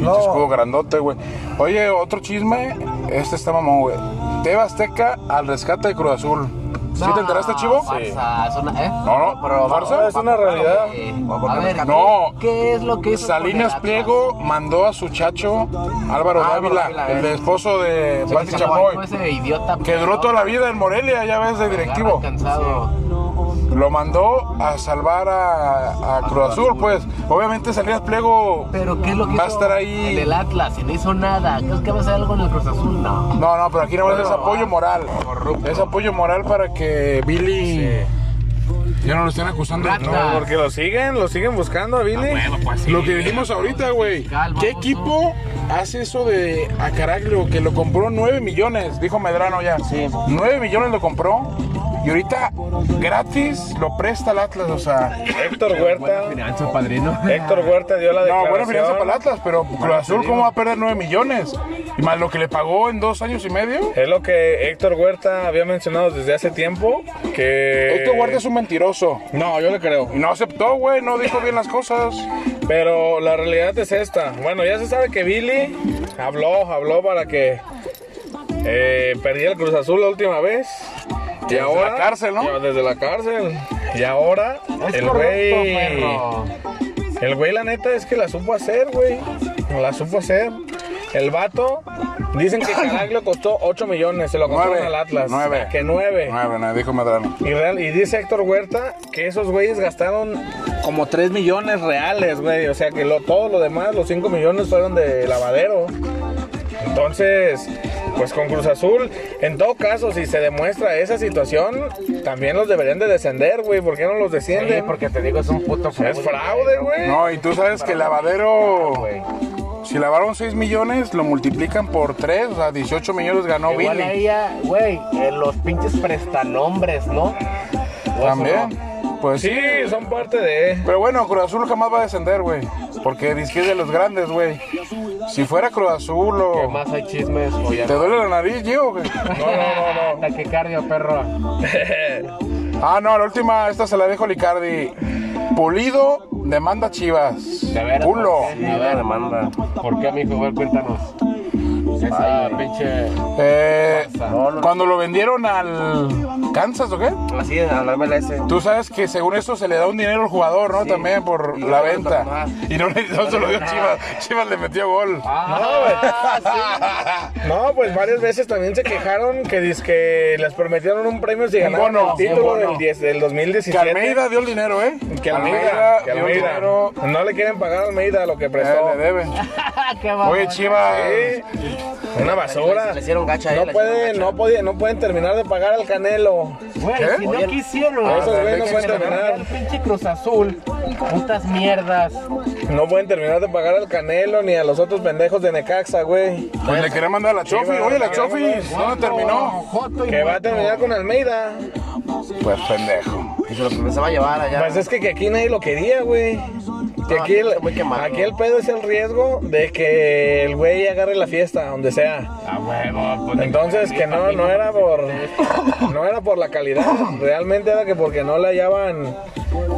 S5: Pinche escudo grandote, güey. Oye, otro chisme. Este está mamón, güey. Teba Azteca al rescate de Cruz Azul. ¿Sí te enteraste, chivo?
S6: Farsa, es una- ¿eh?
S5: No, no,
S3: Pero,
S5: ¿farsa?
S4: no, es una realidad.
S6: Eh,
S3: porque
S6: a
S3: no
S6: ver,
S5: No.
S6: ¿qué es lo que hizo
S5: Salinas
S6: con el
S5: Pliego mandó a su chacho Álvaro
S3: Ah,
S5: Dávila,
S3: Dávila,
S5: el
S3: eh.
S5: esposo de
S6: Atlas?
S5: Pati
S6: Se
S5: Chapoy,
S6: sacó ese idiota
S5: que duró toda la vida en Morelia, ya ves, de directivo.
S6: Cansado.
S5: Lo mandó a salvar a, a Cruz Azul, pues. Obviamente Salinas Pliego
S6: Pero ¿qué es lo que
S5: va a
S6: hizo
S5: estar ahí.
S6: en el Atlas? Si no hizo nada, ¿crees que va a hacer algo en el Cruz Azul? No.
S5: No, no, pero aquí no es apoyo moral. Es apoyo moral para que Billy. Ya no lo estén acusando.
S6: Rata.
S5: No.
S4: Porque lo siguen, lo siguen buscando a Billy.
S5: Lo que dijimos ahorita, güey.
S6: Calma,
S5: ¿Qué
S6: oso.
S5: equipo hace eso de a Caraglio que lo compró 9 millones? Dijo Medrano ya. Sí. 9 millones lo compró. Y ahorita gratis lo presta el Atlas, o sea.
S4: Héctor Huerta.
S6: Finanzo, padrino.
S4: Héctor Huerta dio la
S5: No,
S4: declaración.
S5: buena finanza para el Atlas, pero Cruz Azul, ¿cómo va a perder 9 millones? Y más lo que le pagó en dos años y medio.
S4: Es lo que Héctor Huerta había mencionado desde hace tiempo. Que.
S5: Héctor Huerta es un mentiroso.
S4: No, yo le creo.
S5: Y no aceptó, güey, no dijo bien las cosas.
S4: Pero la realidad es esta. Bueno, ya se sabe que Billy habló, habló para que eh, perdiera el Cruz Azul la última vez. Y
S5: Desde
S4: ahora,
S5: la cárcel, ¿no?
S4: ya, Desde la cárcel. Y ahora, el güey. El güey, la neta, es que la supo hacer, güey. La supo hacer. El vato,
S5: (laughs)
S4: dicen que Caraglio costó 8 millones, se lo compraron
S5: Nueve,
S4: al Atlas.
S5: nueve.
S4: Que 9.
S5: 9, no, dijo Medrano.
S4: Y, real- y dice Héctor Huerta que esos güeyes gastaron como 3 millones reales, güey. O sea que lo, todo lo demás, los 5 millones fueron de lavadero. Entonces, pues con Cruz Azul, en todo caso, si se demuestra esa situación, también los deberían de descender, güey. ¿Por qué no los descienden?
S6: Sí, porque te digo, es un puto
S4: Es fraude, güey.
S5: No, y tú sabes que el lavadero.
S6: güey.
S5: Si lavaron 6 millones, lo multiplican por 3, o sea, 18 millones ganó
S6: Igual a
S5: Billy.
S6: ella, güey, eh, los pinches prestanombres, ¿no?
S5: También. Pues sí.
S4: Sí, son parte de.
S5: Pero bueno, Cruz Azul jamás va a descender, güey. Porque disque es de los grandes, güey. Si fuera Cruz Azul
S6: ¿Qué
S5: o.
S6: más hay chismes? O ya
S5: ¿Te duele la nariz, Gio? güey?
S4: No, no, no, no.
S6: Taquicardia, perro. (laughs)
S5: Ah, no, la última, esta se la dejo a Licardi. Pulido demanda a Chivas.
S6: veras?
S5: Pulo.
S3: A ver, manda.
S6: ¿Por qué, amigo? A ver, cuéntanos. Esa pinche...
S5: Eh, cuando lo vendieron al Kansas, ¿o qué?
S3: Así, a la MLS.
S5: Tú sabes que según eso se le da un dinero al jugador, ¿no? También por
S3: Y
S5: la
S3: no le tocó
S5: venta.
S3: nada.
S5: Y no, le, no se lo dio Chivas. Chivas le metió gol. (laughs)
S4: No, pues varias veces también se quejaron que dizque les prometieron un premio si ganaban
S5: bono,
S4: el título
S5: un bono.
S4: del, 10 del
S5: Que
S4: 2017.
S5: Almeida dio el dinero, ¿eh?
S4: Que Almeida,
S5: dio
S4: que
S5: el
S4: Almeida.
S5: dinero.
S4: No le quieren pagar a Almeida lo que
S5: Eh,
S4: prestó.
S5: le deben.
S6: Qué
S5: Oye, Chivas.
S4: Una basura.
S3: Le hicieron gacha, eh,
S4: No
S3: le
S4: pueden,
S3: hicieron
S4: no podían, no pueden terminar de pagar al Canelo.
S6: Güey,
S5: ¿Qué?
S6: si no quisieron.
S4: Esos
S5: Ah,
S4: güeyes no
S5: sí,
S4: pueden
S5: sí,
S4: terminar,
S6: El pinche Cruz Azul. Putas mierdas.
S4: no pueden terminar de pagar al Canelo ni a los otros pendejos de Necaxa, güey.
S5: Pues le quería mandar a la Chofi. Oye, la Chofi, ¿dónde terminó?
S6: Joto y
S4: Que va a
S6: muerto.
S4: terminar con Almeida.
S5: Pues pendejo.
S3: Y se lo empezaba a llevar allá.
S4: Pues es que, que aquí nadie lo quería, güey. Que
S3: No,
S4: aquí, el,
S3: está muy quemado.
S4: aquí el pedo es el riesgo de que el güey agarre la fiesta, donde sea.
S6: A huevo. pues,
S4: Entonces que no, no era por no era por la calidad, realmente era que porque no la hallaban.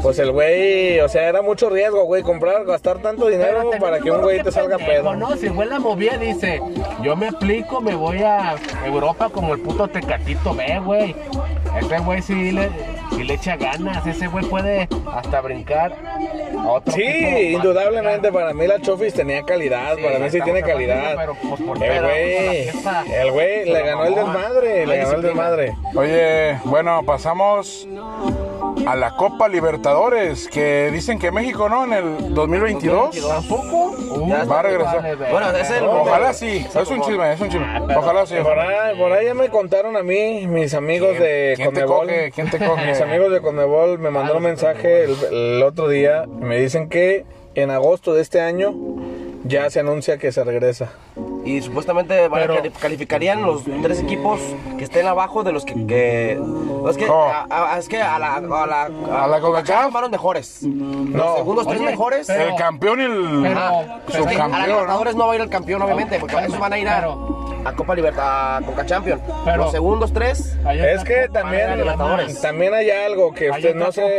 S4: Pues el güey, o sea, era mucho riesgo, güey, comprar, gastar tanto
S6: Pero
S4: dinero
S6: también
S4: para que
S6: uno
S4: un güey
S6: qué
S4: te salga
S6: pendejo,
S4: pedo.
S6: No, si el güey la movía, dice, yo me aplico, me voy a Europa como el puto Tecatito B, güey. Ese güey sí le, sí le echa ganas, ese güey puede hasta brincar a otro
S4: Sí,
S6: equipo más
S4: indudablemente para mí la Chofis tenía calidad,
S6: Sí,
S4: para mí sí
S6: estamos
S4: tiene
S6: hablando,
S4: calidad.
S6: pero, pues, por
S4: el
S6: pedo,
S4: güey,
S6: pues, la fiesta,
S4: el güey
S6: se
S4: le
S6: la
S4: ganó el
S6: mamó.
S4: desmadre,
S6: No
S4: le
S6: hay
S4: ganó el
S6: disciplina.
S4: desmadre.
S5: Oye, bueno, pasamos a la Copa Libertadores, que dicen que México, ¿no? En el 2022
S6: ¿Tampoco? Uh,
S5: Ya va a regresar.
S3: Bueno, es el.
S5: Ojalá sí, es un chisme, es un chisme. Ojalá sí.
S4: Por ahí, por ahí ya me contaron a mí, mis amigos de
S5: ¿Quién te
S4: Conmebol.
S5: coge? ¿Quién te coge? Ah,
S4: Mis amigos de Conmebol me mandaron un mensaje el, el otro día. y Me dicen que en agosto de este año ya se anuncia que se regresa.
S3: Y supuestamente van a cali- calificarían los tres equipos que estén abajo de los que. que- es, que
S5: No.
S3: a, a- es que a la. A la,
S5: A la CONCACAF.
S3: Fueron mejores. Los
S4: No,
S3: segundos tres
S6: Oye,
S3: mejores.
S5: El campeón y el
S3: Ajá.
S6: pero-
S3: pues, Es que a la
S5: subcampeón, ¿no?
S3: Libertadores ¿no? va a ir el campeón, obviamente, porque esos van a ir a, a Copa Libertad, a Conca Champion.
S6: Pero-
S3: los segundos tres.
S4: es que
S3: la
S4: también,
S3: Libertadores.
S4: también hay algo que usted no se...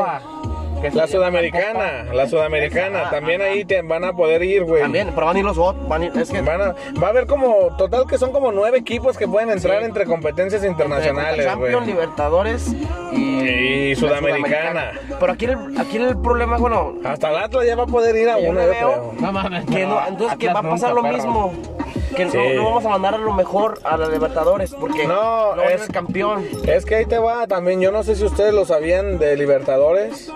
S4: La sudamericana, la sudamericana,
S3: Ajá,
S4: también ahí te van a poder ir, güey.
S3: También, pero van a ir los bot. Van a ir, es que.
S4: Van a- va a haber como, total que son como nueve equipos que pueden entrar entre competencias internacionales, güey.
S3: Champion, Libertadores y,
S4: Y Sudamericana.
S3: Pero aquí el, aquí el problema, bueno,
S4: Hasta el Atlas ya va a poder ir a
S3: Yo
S4: una,
S3: no
S4: yo
S3: veo.
S4: creo.
S6: No mames.
S3: que no, entonces que va a pasar lo mismo. Que no-
S4: Sí.
S3: no, vamos a mandar a lo mejor a la Libertadores porque
S4: No,
S3: va a ir
S4: es-
S3: el campeón.
S4: Es que ahí te va también, yo no sé si ustedes lo sabían de Libertadores,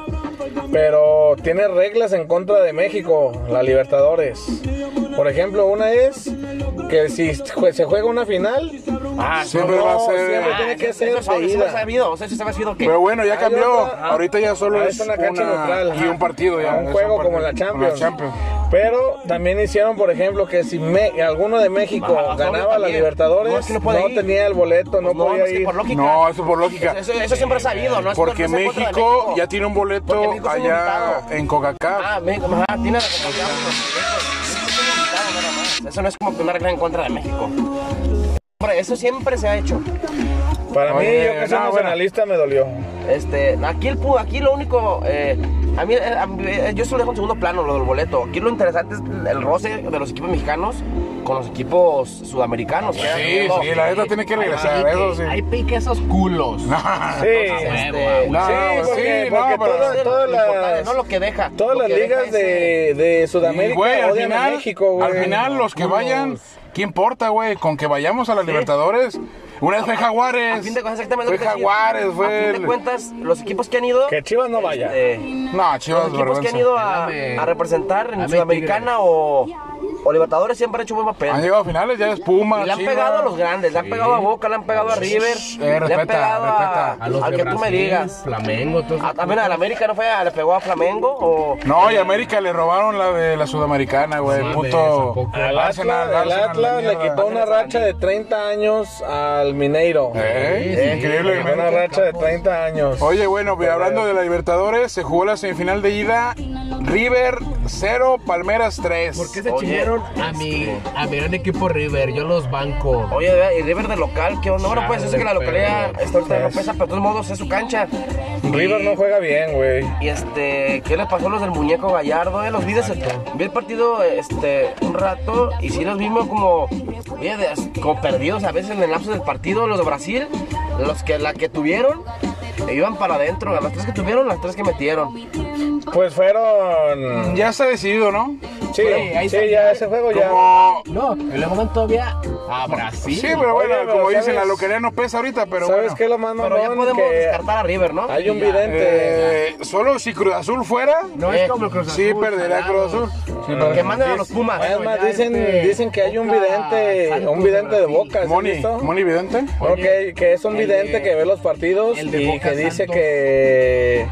S4: pero tiene reglas en contra de México, la Libertadores. Por ejemplo, una es que si jue- se juega una final,
S5: Ah, siempre
S4: no,
S5: va a ser. Ah,
S4: siempre tiene que
S3: eso-
S4: ser
S3: eso- eso se ha
S4: seguida.
S3: sabido, o sea, eso se ha sabido que
S5: Pero bueno, ya
S4: Hay
S5: cambió.
S4: otra-
S5: Ahorita ya solo
S4: Ah,
S5: es
S4: una cancha neutral.
S5: y un partido ya.
S4: Ah,
S5: es
S4: Un
S5: un
S4: juego
S5: partido.
S4: como la Champions.
S5: Como la Champions.
S4: Pero también hicieron, por ejemplo, que si me- alguno de México
S3: Ah,
S4: ganaba la
S3: también.
S4: Libertadores,
S3: No,
S4: no,
S3: es que no puede ir.
S4: tenía el boleto, no,
S3: Pues no,
S4: podía
S3: es que
S4: ir.
S3: por lógica.
S5: No, eso por lógica.
S3: Eso, eso siempre es sabido, ¿no? Es
S5: Porque
S3: no es en contra de
S5: México ya tiene un
S3: Porque
S5: boleto
S3: México es un
S5: allá
S3: invitado.
S5: en Coca-Cola.
S3: Ah, México, ajá, tiene la capacidad, pero México es un invitado, nada más. Eso no es como que una regla en contra de México. Hombre, eso siempre se ha hecho.
S4: Para mí,
S5: Oye,
S4: yo que
S5: no,
S4: soy
S5: bueno.
S4: nacionalista, me dolió.
S3: Este, aquí, el, pu- aquí lo único, eh, a mí, eh, a mí, eh, yo solo dejo en segundo plano lo del boleto. Aquí lo interesante es el roce de los equipos mexicanos con los equipos sudamericanos.
S5: Sí, sí, la neta tiene que regresar, eso sí.
S6: Ahí pique esos
S5: (laughs)
S6: culos.
S3: Ah,
S4: Sí.
S3: Este,
S5: No,
S4: sí,
S5: pues
S4: porque,
S5: sí, no,
S4: porque
S5: pero-
S4: toda-
S3: es
S4: todas
S3: lo importante,
S4: las-
S3: no lo que deja.
S4: Todas
S3: lo
S4: las
S3: que deja
S4: ligas
S3: es, eh,
S4: de, de Sudamérica
S5: Y, güey, al
S4: odian
S5: final,
S4: a México, güey.
S5: al final los que
S4: Culos.
S5: vayan, ¿qué importa, güey? Con que vayamos a la Libertadores. Una vez fue Jaguares.
S3: A fin de cuentas, exactamente.
S5: Fue
S3: lo que te digo.
S5: Jaguares,
S3: A
S5: fue.
S3: fin de
S5: el-
S3: cuentas, los equipos que han ido.
S4: Que Chivas no vaya.
S3: este,
S5: No, chivas,
S3: los equipos que han
S5: vergüenza.
S3: ido a,
S6: Dame-
S3: a representar en
S6: dame
S3: Sudamericana o, O Libertadores siempre han hecho buen papel.
S5: Han llegado a finales, ya es Puma.
S3: Y le han
S5: Chivas.
S3: pegado a los grandes, le han pegado a Boca, le han pegado a River,
S5: eh,
S3: le
S5: respeta,
S3: han pegado a,
S5: respeta.
S6: A los
S3: al
S6: de
S3: que tú me
S6: Brasil,
S3: digas.
S6: Flamengo, todo
S3: A, también al América no fue, a- le pegó a Flamengo o
S5: No, y a América le robaron la de la Sudamericana, güey.
S6: Mames, ¿a
S5: puto.
S6: poco?
S3: Ah,
S4: Al Atlas,
S5: Arsenal,
S4: el
S5: Arsenal,
S4: Atlas
S5: la
S4: le
S5: mierda.
S4: quitó una racha de 30 años al Mineiro.
S5: Eh,
S6: Sí, sí,
S5: increíble.
S6: sí,
S5: güey.
S4: Una racha de 30 años.
S5: Oye, bueno, pues, hablando de la Libertadores, se jugó la semifinal de ida. River 0, Palmeras 3.
S6: ¿Por qué se
S3: Oye,
S6: chingaron a mi, a mi gran equipo River? Yo los banco.
S3: Oye, y River de local, que bueno, bueno, pues yo sé que la
S6: Chale,
S3: localidad
S6: pero-
S3: está ahorita no pesa, pero de todos modos es su cancha.
S4: Pues, River no juega bien, güey.
S3: Y este, ¿qué les pasó a los del muñeco Gallardo? eh? Los vi, des- vi el partido este, un rato y sí los vimos como, oye, de- como perdidos a veces en el lapso del partido. Los de Brasil, los que la que tuvieron, e iban para adentro. Las tres que tuvieron, las tres que metieron.
S4: Pues fueron.
S5: Ya está decidido, ¿no?
S4: Sí,
S6: ahí
S4: sí,
S6: está.
S4: ya ese juego ya.
S5: Como...
S6: No, y le mandan todavía a Brasil.
S5: Sí, pero bueno,
S4: Oye, pero
S5: como dicen,
S4: ¿sabes?
S5: la loquería no pesa ahorita, pero
S4: ¿Sabes
S5: bueno.
S4: qué es lo más
S3: Pero ya
S4: mamón?
S3: podemos
S4: Que
S3: descartar a River, ¿no?
S4: hay un vidente.
S5: Eh, solo si Cruz Azul fuera,
S6: No es como el Cruz Azul.
S5: sí perderá
S6: salado.
S5: Cruz Azul.
S3: Eh, Que manden a los Pumas.
S4: Mm.
S3: eh,
S4: Es más,
S6: ya
S4: dicen,
S6: este,
S4: dicen que hay un
S6: Boca,
S4: vidente,
S6: Santos
S4: un vidente de
S6: de Brasil.
S4: boca. ¿sí has
S5: Moni,
S4: visto?
S5: Moni Vidente.
S4: Ok, que es un vidente que ve los partidos
S6: el de
S4: y
S6: Boca
S4: que dice
S6: Santos.
S4: que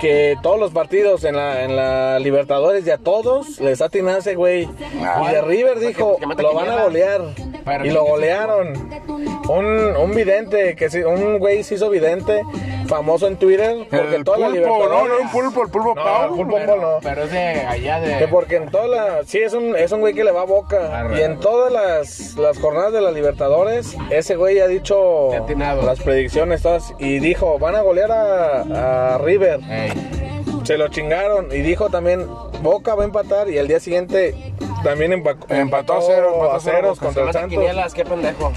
S4: que todos los partidos en la, en la Libertadores y a todos les atina ese güey. Y de River
S6: pues
S4: dijo,
S3: que mata
S4: lo van a
S3: quiniela".
S4: golear.
S6: Para
S4: Y
S6: mí
S4: lo
S6: que sí.
S4: golearon. Un, un vidente, que sí, un güey se hizo vidente, famoso en Twitter, porque
S5: El
S4: toda la
S5: pulpo,
S4: Libertadores...
S5: no, no, un pulpo, el pulpo
S4: No,
S5: Pau.
S4: el pulpo Pau no.
S6: Pero es de allá de.
S4: Que porque en toda la... Sí, es un, es un güey que le va a boca.
S5: Ah,
S6: Arre,
S4: y en
S6: arre.
S4: todas las, las jornadas de la Libertadores, ese güey ha dicho
S6: Le ha atinado.
S4: las predicciones todas. Y dijo, van a golear a, a River.
S6: Ey, (laughs)
S4: Se lo chingaron. Y dijo también, Boca va a empatar. Y al día siguiente también empa- empató,
S5: Empató a cero, empató a
S4: a
S5: cero pues,
S4: ceros
S5: Boca.
S4: contra el
S3: Mata
S4: Santos.
S3: quinielas, qué pendejo.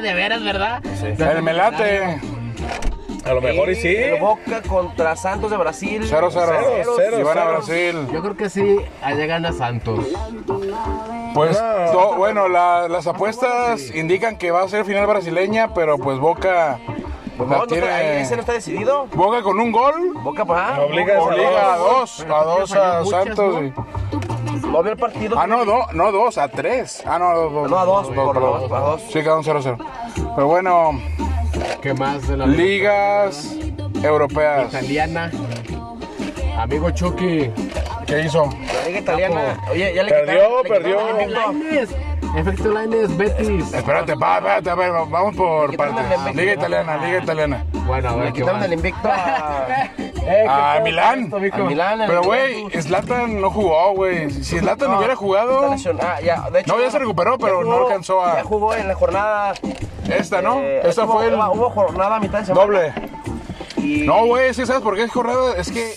S6: de veras, ¿verdad?
S5: El melate.
S4: A lo mejor y sí.
S3: El Boca contra Santos de Brasil.
S5: 0-0.
S4: Cero, cero,
S5: Y van a
S4: cero.
S5: Brasil.
S6: Yo creo que sí, allá gana Santos.
S5: Pues
S4: No.
S5: to- bueno, la- las apuestas indican que va a ser final brasileña, pero pues Boca
S3: Pues
S5: la
S3: no, no está- ahí-
S5: tiene.
S3: ese no está decidido.
S5: Boca con un gol
S3: Boca para.
S4: Obliga a
S5: obliga a dos,
S6: Pero
S5: a
S6: creo que
S5: dos
S6: falló
S5: a
S6: muchas,
S5: Santos.
S6: ¿no?
S5: güey.
S3: No vio el partido.
S5: Ah, no, do- no dos, a tres. Ah, no, dos, dos.
S3: No, a dos, por
S5: perdón.
S3: dos, a dos.
S5: Sí, quedaron 0-0. Pero bueno,
S6: ¿Qué más de la
S5: ligas europeas.
S6: italiana? Amigo Chucky.
S5: ¿Qué hizo?
S3: La Liga italiana. Oye, ya le
S4: Perdió,
S3: quitaron- le quitaron
S4: perdió.
S3: el invicto.
S6: Lainez. Efecto Lainez, Betis.
S5: Espérate, va, espérate, a ver, vamos por
S3: Quítame la-
S5: partes. Liga italiana, liga italiana.
S6: Bueno, a ver
S3: Le
S6: qué
S3: quitaron
S6: más.
S3: el invicto a,
S6: (laughs) Eh,
S5: A
S6: ¿qué tal
S5: Milán.
S6: esto, mijo?
S3: a Milán. al
S5: Pero, güey,
S3: Juventus.
S5: Slatan no jugó, güey. Si Slatan hubiera
S3: Está
S5: jugado,
S3: lesionado. Ah, ya, de hecho,
S5: No, ya se recuperó, pero no alcanzó a-
S3: Ya jugó en la jornada.
S5: esta, ¿no?
S3: eh,
S5: Esta
S3: hubo-
S5: fue el
S3: Hubo, hubo jornada a mitad de semana.
S5: doble.
S3: Y
S5: No, güey, es que ¿sabes por qué es jornada? Es que,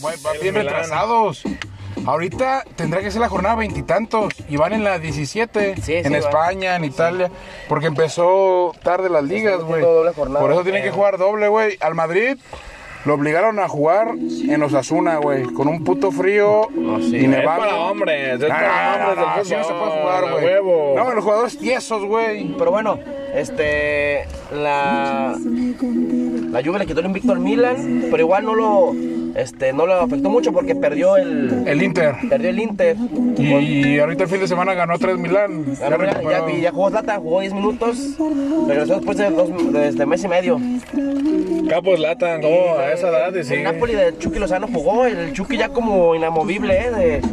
S5: güey, van bien retrasados. Ahorita tendrá que ser la jornada veintitantos y, van en la 17
S3: Sí, sí,
S5: en
S3: van.
S5: España, en Italia, porque empezó tarde las ligas, güey.
S3: metiendo doble jornada.
S5: Por eso tienen que jugar doble, güey. Al Madrid lo obligaron a jugar en Osasuna, güey, con un puto frío y
S4: Ah, Es
S5: nevado.
S4: para hombres, es
S5: No,
S4: para
S5: no, no,
S4: hombres del
S5: no, así no se
S4: fútbol,
S5: puede jugar,
S4: a
S5: güey.
S4: huevo.
S5: No, los jugadores tiesos, güey.
S3: Pero bueno, este. La. La Juve le quitó el invicto al Milan, pero igual no lo. Este, no lo afectó mucho porque perdió el.
S5: El Inter.
S3: Perdió el Inter.
S5: Y ahorita el fin de semana ganó 3 Milán.
S3: Ya, ya,
S5: recuperó.
S3: ya jugó Zlatan, jugó 10 minutos. Regresó después de, dos, de, de mes y medio.
S4: Capos latan, como a esa edad y
S3: El
S4: sigue.
S3: Napoli de Chucky Lozano jugó. El Chucky ya como inamovible, ¿eh? De, de-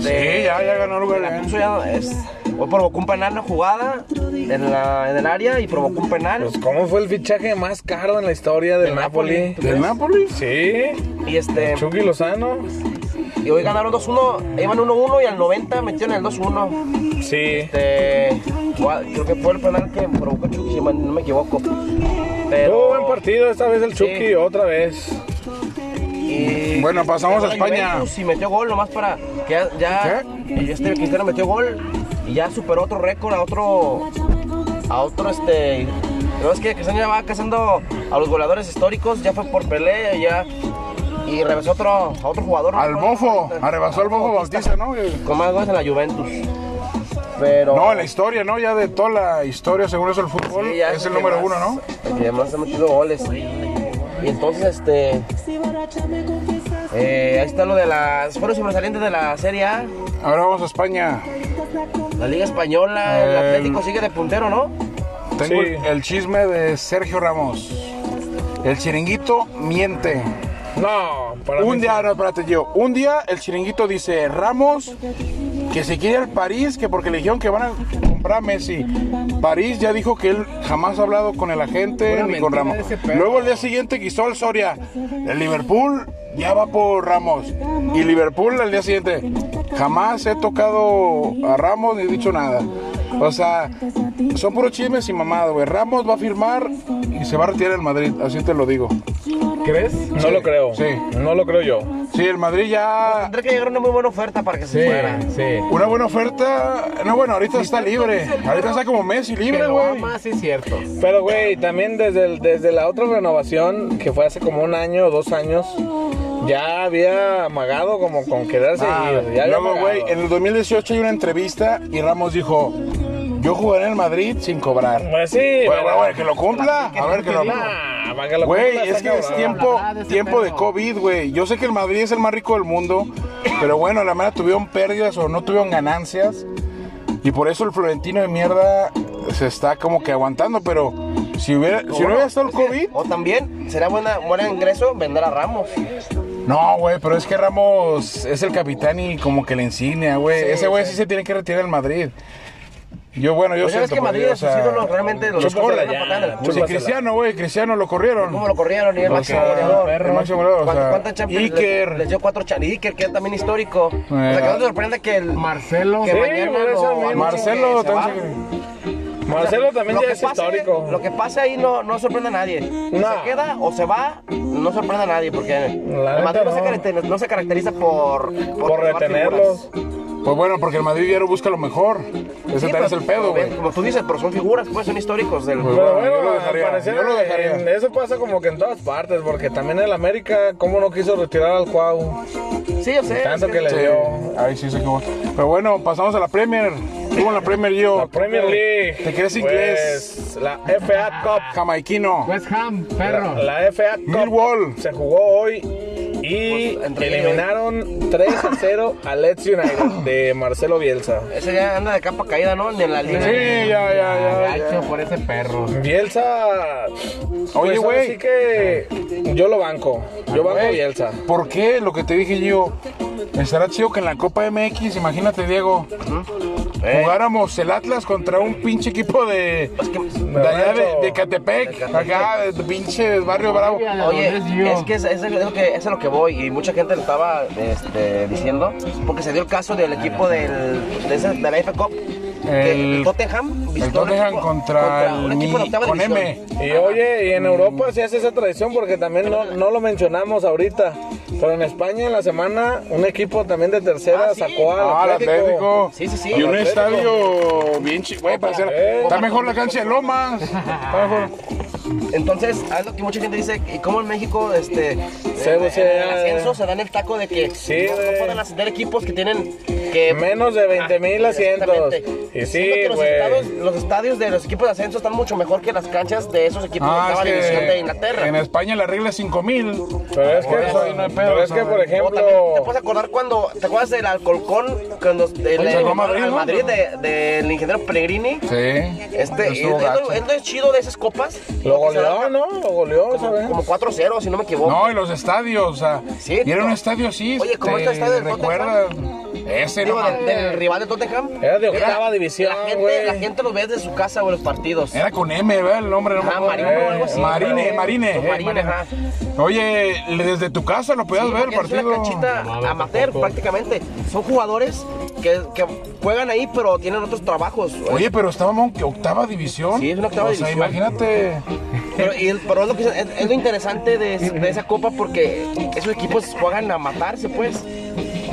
S5: Sí, ya, ya ganó lugar.
S3: La puso ya. Es, hoy provocó un penal en la jugada en, la, en el área y provocó un penal.
S4: Pues, ¿Cómo fue el fichaje más caro en la historia del
S3: Del
S4: Napoli?
S3: Napoli.
S5: ¿Del Napoli?
S4: Sí,
S3: Y este.
S4: Chucky Lozano.
S3: Y hoy ganaron 2-1. Iban 1-1 y al 90 metieron el 2-1.
S4: Sí.
S3: Este, gua- creo que fue el penal que provocó Chucky, si mal no me equivoco.
S4: Tuvo
S3: Pero.
S4: buen partido esta vez el Chucky, otra vez.
S3: Y-
S5: Bueno, pasamos a
S3: la
S5: España.
S3: Eh, Juventus Y metió gol nomás para que ya, ya- y este Cristiano metió gol y ya superó otro récord a otro a otro este pero es que Cristiano ya va cazando a los goleadores históricos, ya fue por pelea ya y regresó otro a otro jugador. no
S5: Al
S3: recuerdo
S5: Bofo,
S3: ahorita.
S5: arrebasó al Bofo Bautista, ¿no? Eh,
S3: con más goles en la Juventus. Pero
S5: No, en la historia, ¿no? Ya de toda la historia, según eso, el fútbol
S3: Sí, ya
S5: es el
S3: que
S5: número
S3: más-
S5: uno, ¿no?
S3: el Que más ha metido goles. Y entonces, este. eh, ahí está lo de las. Fueron sobresalientes de la Serie A.
S5: Ahora vamos a España.
S3: La Liga Española, el
S6: Eh,
S5: El-
S3: Atlético sigue de puntero, ¿no?
S5: Tengo
S4: Sí.
S5: el, el chisme de Sergio Ramos. El chiringuito miente.
S4: No, para
S5: un
S4: mí-
S5: día, no, espérate yo. Un día el chiringuito dice Ramos que se quiere al París, que porque le dijeron que van a comprar a Messi. París ya dijo que él jamás ha hablado con el agente
S6: Pura
S5: ni con
S6: mentira
S5: Ramos.
S6: de ese perro.
S5: Luego el día siguiente quiso el Soria. El Liverpool ya va por Ramos. Y Liverpool al día siguiente. Jamás he tocado a Ramos ni he dicho nada. O sea, son puros chismes y mamada, güey. Ramos va a firmar y se va a retirar el Madrid, así te lo digo.
S4: ¿Crees? No lo creo.
S5: sí.
S4: No lo creo yo.
S5: Sí, el Madrid ya
S3: Tendrá que llegar una muy buena oferta para que se
S4: Sí,
S3: fuera.
S4: sí.
S5: Una buena oferta. No, bueno, ahorita está libre. Ahorita está como Messi
S6: Que
S5: libre,
S6: lo
S5: güey.
S3: ah,
S6: ama, sí, cierto.
S4: Pero, güey, también desde, el- desde la otra renovación, que fue hace como un año o dos años, ya había amagado como con quedarse
S5: Ah,
S4: ir. Ya había
S5: Luego,
S4: amagado.
S5: güey, en el 2018 hay una entrevista y Ramos dijo: Yo jugaré en el Madrid sin cobrar. Güey,
S4: Pues sí, pero-
S5: güey, güey, que lo cumpla. A ver, que lo cumpla.
S4: Nah, para que lo
S5: Güey,
S4: cumpla,
S5: es
S4: está
S5: que es
S4: cabrón.
S5: tiempo,
S6: La verdad, ese
S5: tiempo de
S6: pedo.
S5: COVID, güey. Yo sé que el Madrid es el más rico del mundo, pero bueno, la mera tuvieron pérdidas o no tuvieron ganancias. Y por eso el Florentino de mierda se está como que aguantando, pero si, hubiera, si no hubiera estado el COVID,
S3: O también, será buena, buen ingreso vender a Ramos.
S5: No, güey, pero es que Ramos es el capitán y como que la insignia, güey. Ese güey sí. se tiene que retirar al Madrid. Yo, bueno, yo
S3: Pues ya ves
S5: siento
S3: que
S5: por
S3: Madrid
S5: Dios,
S3: a sus
S5: o sea,
S3: ídolos realmente los
S5: los
S3: chupas
S5: corren.
S3: de una patada en el culo.
S5: Sí, Cristiano, güey, Cristiano lo corrieron.
S3: ¿Cómo lo corrieron? Y el
S5: O
S3: máximo
S5: sea,
S3: goleador.
S5: el máximo goleador, o
S3: ¿Cuántas-
S5: sea,
S3: cuántas Champions le-
S5: Iker.
S3: Les, dio cuatro Champions. Iker, que es también histórico. O sea,
S5: Eh,
S3: que no te sorprende que el...
S6: Marcelo.
S3: que
S6: sí.
S3: mañana
S4: por eso
S3: lo
S4: mismo.
S3: anuncien
S5: Marcelo,
S3: que se va.
S5: también se-
S4: Marcelo también
S3: Lo
S4: ya
S3: que
S4: es
S3: pase-
S4: histórico.
S3: Lo que pasa ahí no, no sorprende a nadie. Si
S4: No.
S3: se queda o se va, no sorprende a nadie porque
S4: La
S3: el Madrid
S4: neta
S3: no, se
S4: no.
S3: caracteriza, no se caracteriza por,
S4: Por
S3: llevar
S4: retenerlos.
S3: figuras.
S5: Pues bueno, porque el Madrid ya no busca lo mejor. Ese
S3: Sí,
S5: tal
S3: pero
S5: es el pedo,
S3: como
S5: güey.
S3: ven- Como tú dices, pero son figuras, pues son históricos del
S5: Pues
S4: Pero
S5: bueno, yo lo
S4: bueno, al
S5: dejaría,
S4: parecer, eh,
S5: yo lo dejaría.
S4: en- eso pasa como que en todas partes, porque también el América, ¿cómo no quiso retirar al Cuau?
S3: Sí, yo sé.
S4: Tanto
S3: es
S4: que le
S5: Sí,
S4: dio.
S5: ahí sí se acabó. Pero bueno, pasamos a la Premier. Estuvo en la Premier yo.
S4: La Premier League.
S5: ¿Te crees inglés?
S4: Pues, la FA
S3: Ah,
S4: Cup.
S5: Jamaiquino.
S6: West Ham, perro.
S4: La FA Cup
S5: Millwall.
S4: se jugó hoy y
S3: Pues, entre
S4: eliminaron 3 a 0 a Leeds United de Marcelo Bielsa.
S3: Ese ya anda de capa caída, ¿no? Ni en la liga.
S5: Sí, ya, ya, ya. ya.
S6: Gacho por ese perro.
S4: Bielsa.
S5: Oye, güey.
S4: Así que yo lo banco. Yo banco a
S5: Güey,
S4: Bielsa.
S5: ¿Por qué? Lo que te dije yo. Estará chido que en la Copa MX, imagínate, Diego, jugáramos el Atlas contra un pinche equipo de. De, allá de, de Catepec, acá, de pinche Barrio Bravo.
S3: Oye,
S6: Dios.
S3: es que es, es lo que es a lo que voy y mucha gente lo estaba este, diciendo porque se dio el caso del equipo del, de, ese- de la FA Cup. que
S5: El-
S3: el Tottenham
S5: El
S3: visitó a un
S5: Tottenham
S3: equipo-
S5: contra,
S3: un
S5: el Mi-
S3: equipo de octava
S5: con
S3: división.
S5: M.
S4: Y oye, y en Europa se hace esa tradición porque también no, no lo mencionamos ahorita. Pero en España en la semana un equipo también de tercera
S3: Ah, sí.
S4: sacó al
S5: Ah, el
S4: Atlético.
S5: Atlético.
S3: Sí, sí, sí.
S5: Y un
S4: Atlético.
S5: estadio bien chido. Güey, para hacer- Está mejor la cancha de Lomas. Está mejor.
S3: Entonces, algo que mucha gente dice, ¿y cómo en México este,
S4: Se-
S3: en- en
S4: se-
S3: el ascenso se dan el taco de que
S4: Sí,
S3: no, no
S4: güey.
S3: pueden ascender equipos que tienen que
S4: Menos de 20,000
S3: Ah,
S4: asientos.
S3: exactamente.
S4: Y sí,
S3: Siendo que los
S4: güey.
S3: estadios, los estadios de los equipos de ascenso están mucho mejor que las canchas de esos equipos de
S5: Ah,
S3: octava
S5: es que
S3: división de Inglaterra.
S5: En España la regla es 5000.
S4: Pero es que,
S5: Por eso ahí no hay pedo,
S4: pero es que,
S5: ¿sabes?
S4: por
S3: O también te
S4: ejemplo,
S3: puedes acordar cuando, ¿te acuerdas del Alcolcón? Cuando el,
S5: Oye, sacó a Madrid,
S3: al
S5: ¿no?
S3: Madrid de- del ingeniero Pellegrini.
S5: Sí.
S3: Este, es,
S5: Estuvo
S3: es
S5: gacho.
S3: lo, es lo chido de esas copas.
S4: lo
S3: que se
S4: goleó,
S3: dan
S4: ¿no? Lo goleó, ¿sabes?
S3: Como 4-0, si no me equivoco.
S5: No, y los estadios, o sea,
S3: Sí,
S5: y era un
S3: no.
S5: estadio así.
S3: Oye, ¿cómo
S5: te
S3: está el estadio del
S5: ¿Recuerdas? Ese no
S3: Digo, del,
S5: mames.
S3: del rival de Tottenham.
S4: Era de octava división,
S3: La gente,
S4: güey.
S3: la gente los ve desde su casa, güey, los partidos.
S5: Era con M, ¿verdad? El nombre no me
S3: Ah,
S5: acuerdo. Eh,
S3: Marino o algo así,
S5: Marine,
S3: pero-
S5: Marine.
S3: Don
S5: eh,
S3: Marine,
S5: Marine.
S3: ajá.
S5: Oye, le- desde tu casa lo podías ver el
S3: Porque
S5: partido.
S3: Es una canchita amateur prácticamente. Son jugadores que, que juegan ahí, pero tienen otros trabajos. güey.
S5: Oye, pero estábamos en octava división.
S3: pues. Sí, es una octava
S5: O sea,
S3: división.
S5: imagínate.
S3: Pero, y el- pero es, lo que- es- es lo interesante de, es- de esa copa porque esos equipos juegan a matarse, pues.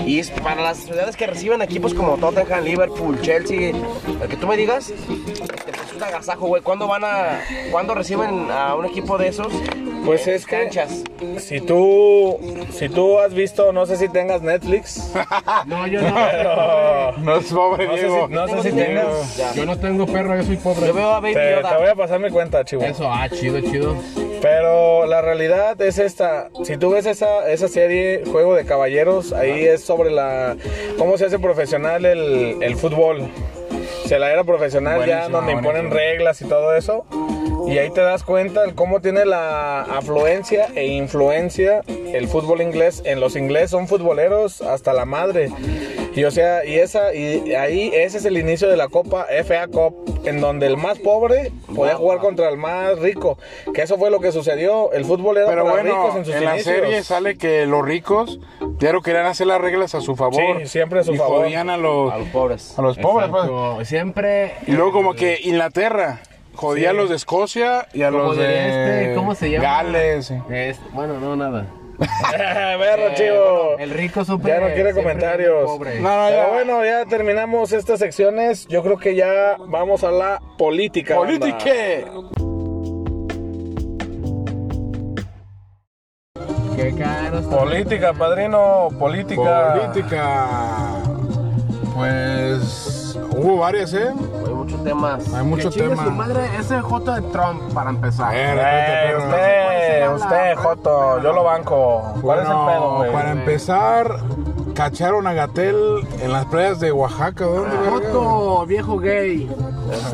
S3: Y es para las ciudades que reciben equipos como Tottenham, Liverpool, Chelsea, el que tú me digas, este, pues, es un agasajo, güey. ¿Cuándo van a, cuándo reciben a un equipo de esos?
S4: Pues es que
S3: canchas.
S4: si tú, si tú has visto, no sé si tengas Netflix,
S6: No, yo no.
S4: pero
S5: No es pobre,
S4: no sé
S5: Diego.
S4: si, no sé si
S3: Tengo
S4: tengas.
S3: Ya.
S6: Yo no tengo perro, yo soy pobre.
S3: Yo veo a Baby
S4: Te, te
S3: Yoda.
S4: voy a pasar mi cuenta, chivo.
S6: Eso, ah, chido, chido.
S4: Pero la realidad es esta. Si tú ves esa, esa serie, Juego de Caballeros, ahí es sobre la cómo se hace profesional el, el fútbol. Se la era profesional ya,
S5: Buenísimo,
S4: donde imponen
S5: buenísimo.
S4: reglas y todo eso. Y ahí te das cuenta el cómo tiene la afluencia e influencia el fútbol inglés. En los ingleses son futboleros hasta la madre. Y o sea, y esa, y ahí ese es el inicio de la Copa FA Cup, en donde el más pobre podía jugar contra el más rico. Que eso fue lo que sucedió. El fútbol era
S5: Pero
S4: para
S5: bueno,
S4: ricos en
S5: en,
S4: sus
S5: la
S4: inicios.
S5: serie
S4: (laughs)
S5: sale que los ricos claro, querían hacer las reglas a su favor.
S4: Sí, siempre a su
S5: y
S4: favor.
S5: jodían a los,
S3: A los pobres.
S5: a los pobres. pues.
S6: Exacto. Siempre.
S5: Y luego como que Inglaterra jodía a los de Escocia y a
S6: Como
S5: los
S6: diría
S5: de
S6: este, ¿cómo se llama?
S5: Gales.
S6: Es- bueno, no, nada.
S4: A ver,
S5: Eh,
S4: chivo.
S6: bueno, el rico supe.
S4: Ya no quiere comentarios.
S6: Pobre.
S5: No, no,
S4: Pero
S5: ya.
S4: bueno, ya terminamos estas secciones. Yo creo que ya vamos a la política. banda.
S5: Politique.
S6: Qué caro está.
S4: Política, padrino, política.
S5: Política. Pues hubo varias, ¿eh?
S3: Hay muchos temas.
S5: Hay mucho
S6: Que chingue
S5: tema.
S6: su madre, ese J de Trump, para
S5: A
S6: empezar.
S5: ver,
S4: Eh,
S5: espérate, espérate.
S4: usted, usted, Joto, yo lo banco. ¿Cuál es el
S5: Bueno,
S4: pedo, güey?
S5: para empezar, cacharon a Gatel en las playas de Oaxaca.
S6: Ah,
S5: ¿Dónde, verga?
S6: Joto, viejo gay.
S4: (laughs)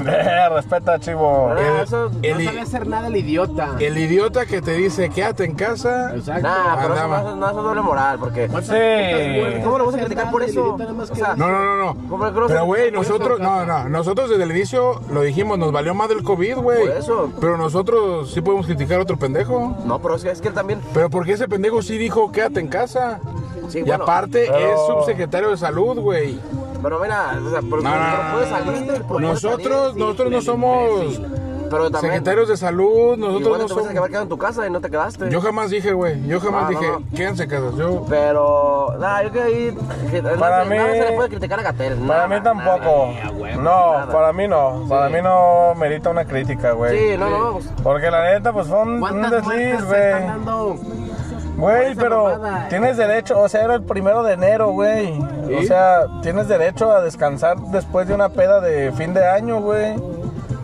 S4: Eh, respeta, chivo.
S5: El-
S6: Ah, eso no
S5: el-
S6: sabe hacer nada el idiota.
S5: El idiota que te dice quédate en casa.
S6: Exacto.
S3: Nah, pero eso,
S5: Andaba. Pues-
S3: no, no, eso es doble moral, porque...
S4: Sí.
S3: Eh, ¿Cómo lo vamos a criticar por eso? O sea,
S5: No, no, no,
S3: Como
S5: no.
S3: que
S5: Pero,
S3: no-
S5: güey, nosotros, no, no, nosotros desde el inicio lo dijimos, nos valió más del COVID, güey.
S3: Por eso.
S5: Pero nosotros sí podemos criticar a otro pendejo.
S3: No, pero es que, es que él también...
S5: Pero porque ese pendejo sí dijo quédate en casa.
S3: Sí,
S5: y
S3: bueno,
S5: aparte
S4: Pero-
S5: es subsecretario de salud, güey.
S3: Pero mira, o sea, pues, pero,
S5: No, no, no,
S3: pero puede
S5: no, no,
S3: salir...
S5: no.
S3: puede
S5: Nosotros,
S3: salir,
S5: nosotros no somos
S3: sí, Pero también...
S5: secretarios de salud, nosotros
S3: Igual
S5: no
S3: te vas a
S5: somos.
S3: acabar quedando en tu casa y no te quedaste.
S5: Yo jamás dije, güey, yo jamás
S3: No, no,
S5: dije,
S3: no.
S5: quédense en casa. Yo,
S3: Pero, nada, yo creo que ahí. que nada,
S4: mí-
S3: nada se le puede criticar a Gatel.
S4: Para mí tampoco. No, para mí no. Para mí no merita una crítica, güey.
S3: Sí, no, no, pues,
S4: Porque la neta, pues fue un, un
S6: ¿Cuántas
S4: desliz,
S6: vueltas se
S4: güey.
S6: están dando?
S4: Güey, pero
S6: mamada, eh.
S4: tienes derecho, o sea, era el primero de enero, güey. O sea, tienes derecho a descansar después de una peda de fin de año, güey.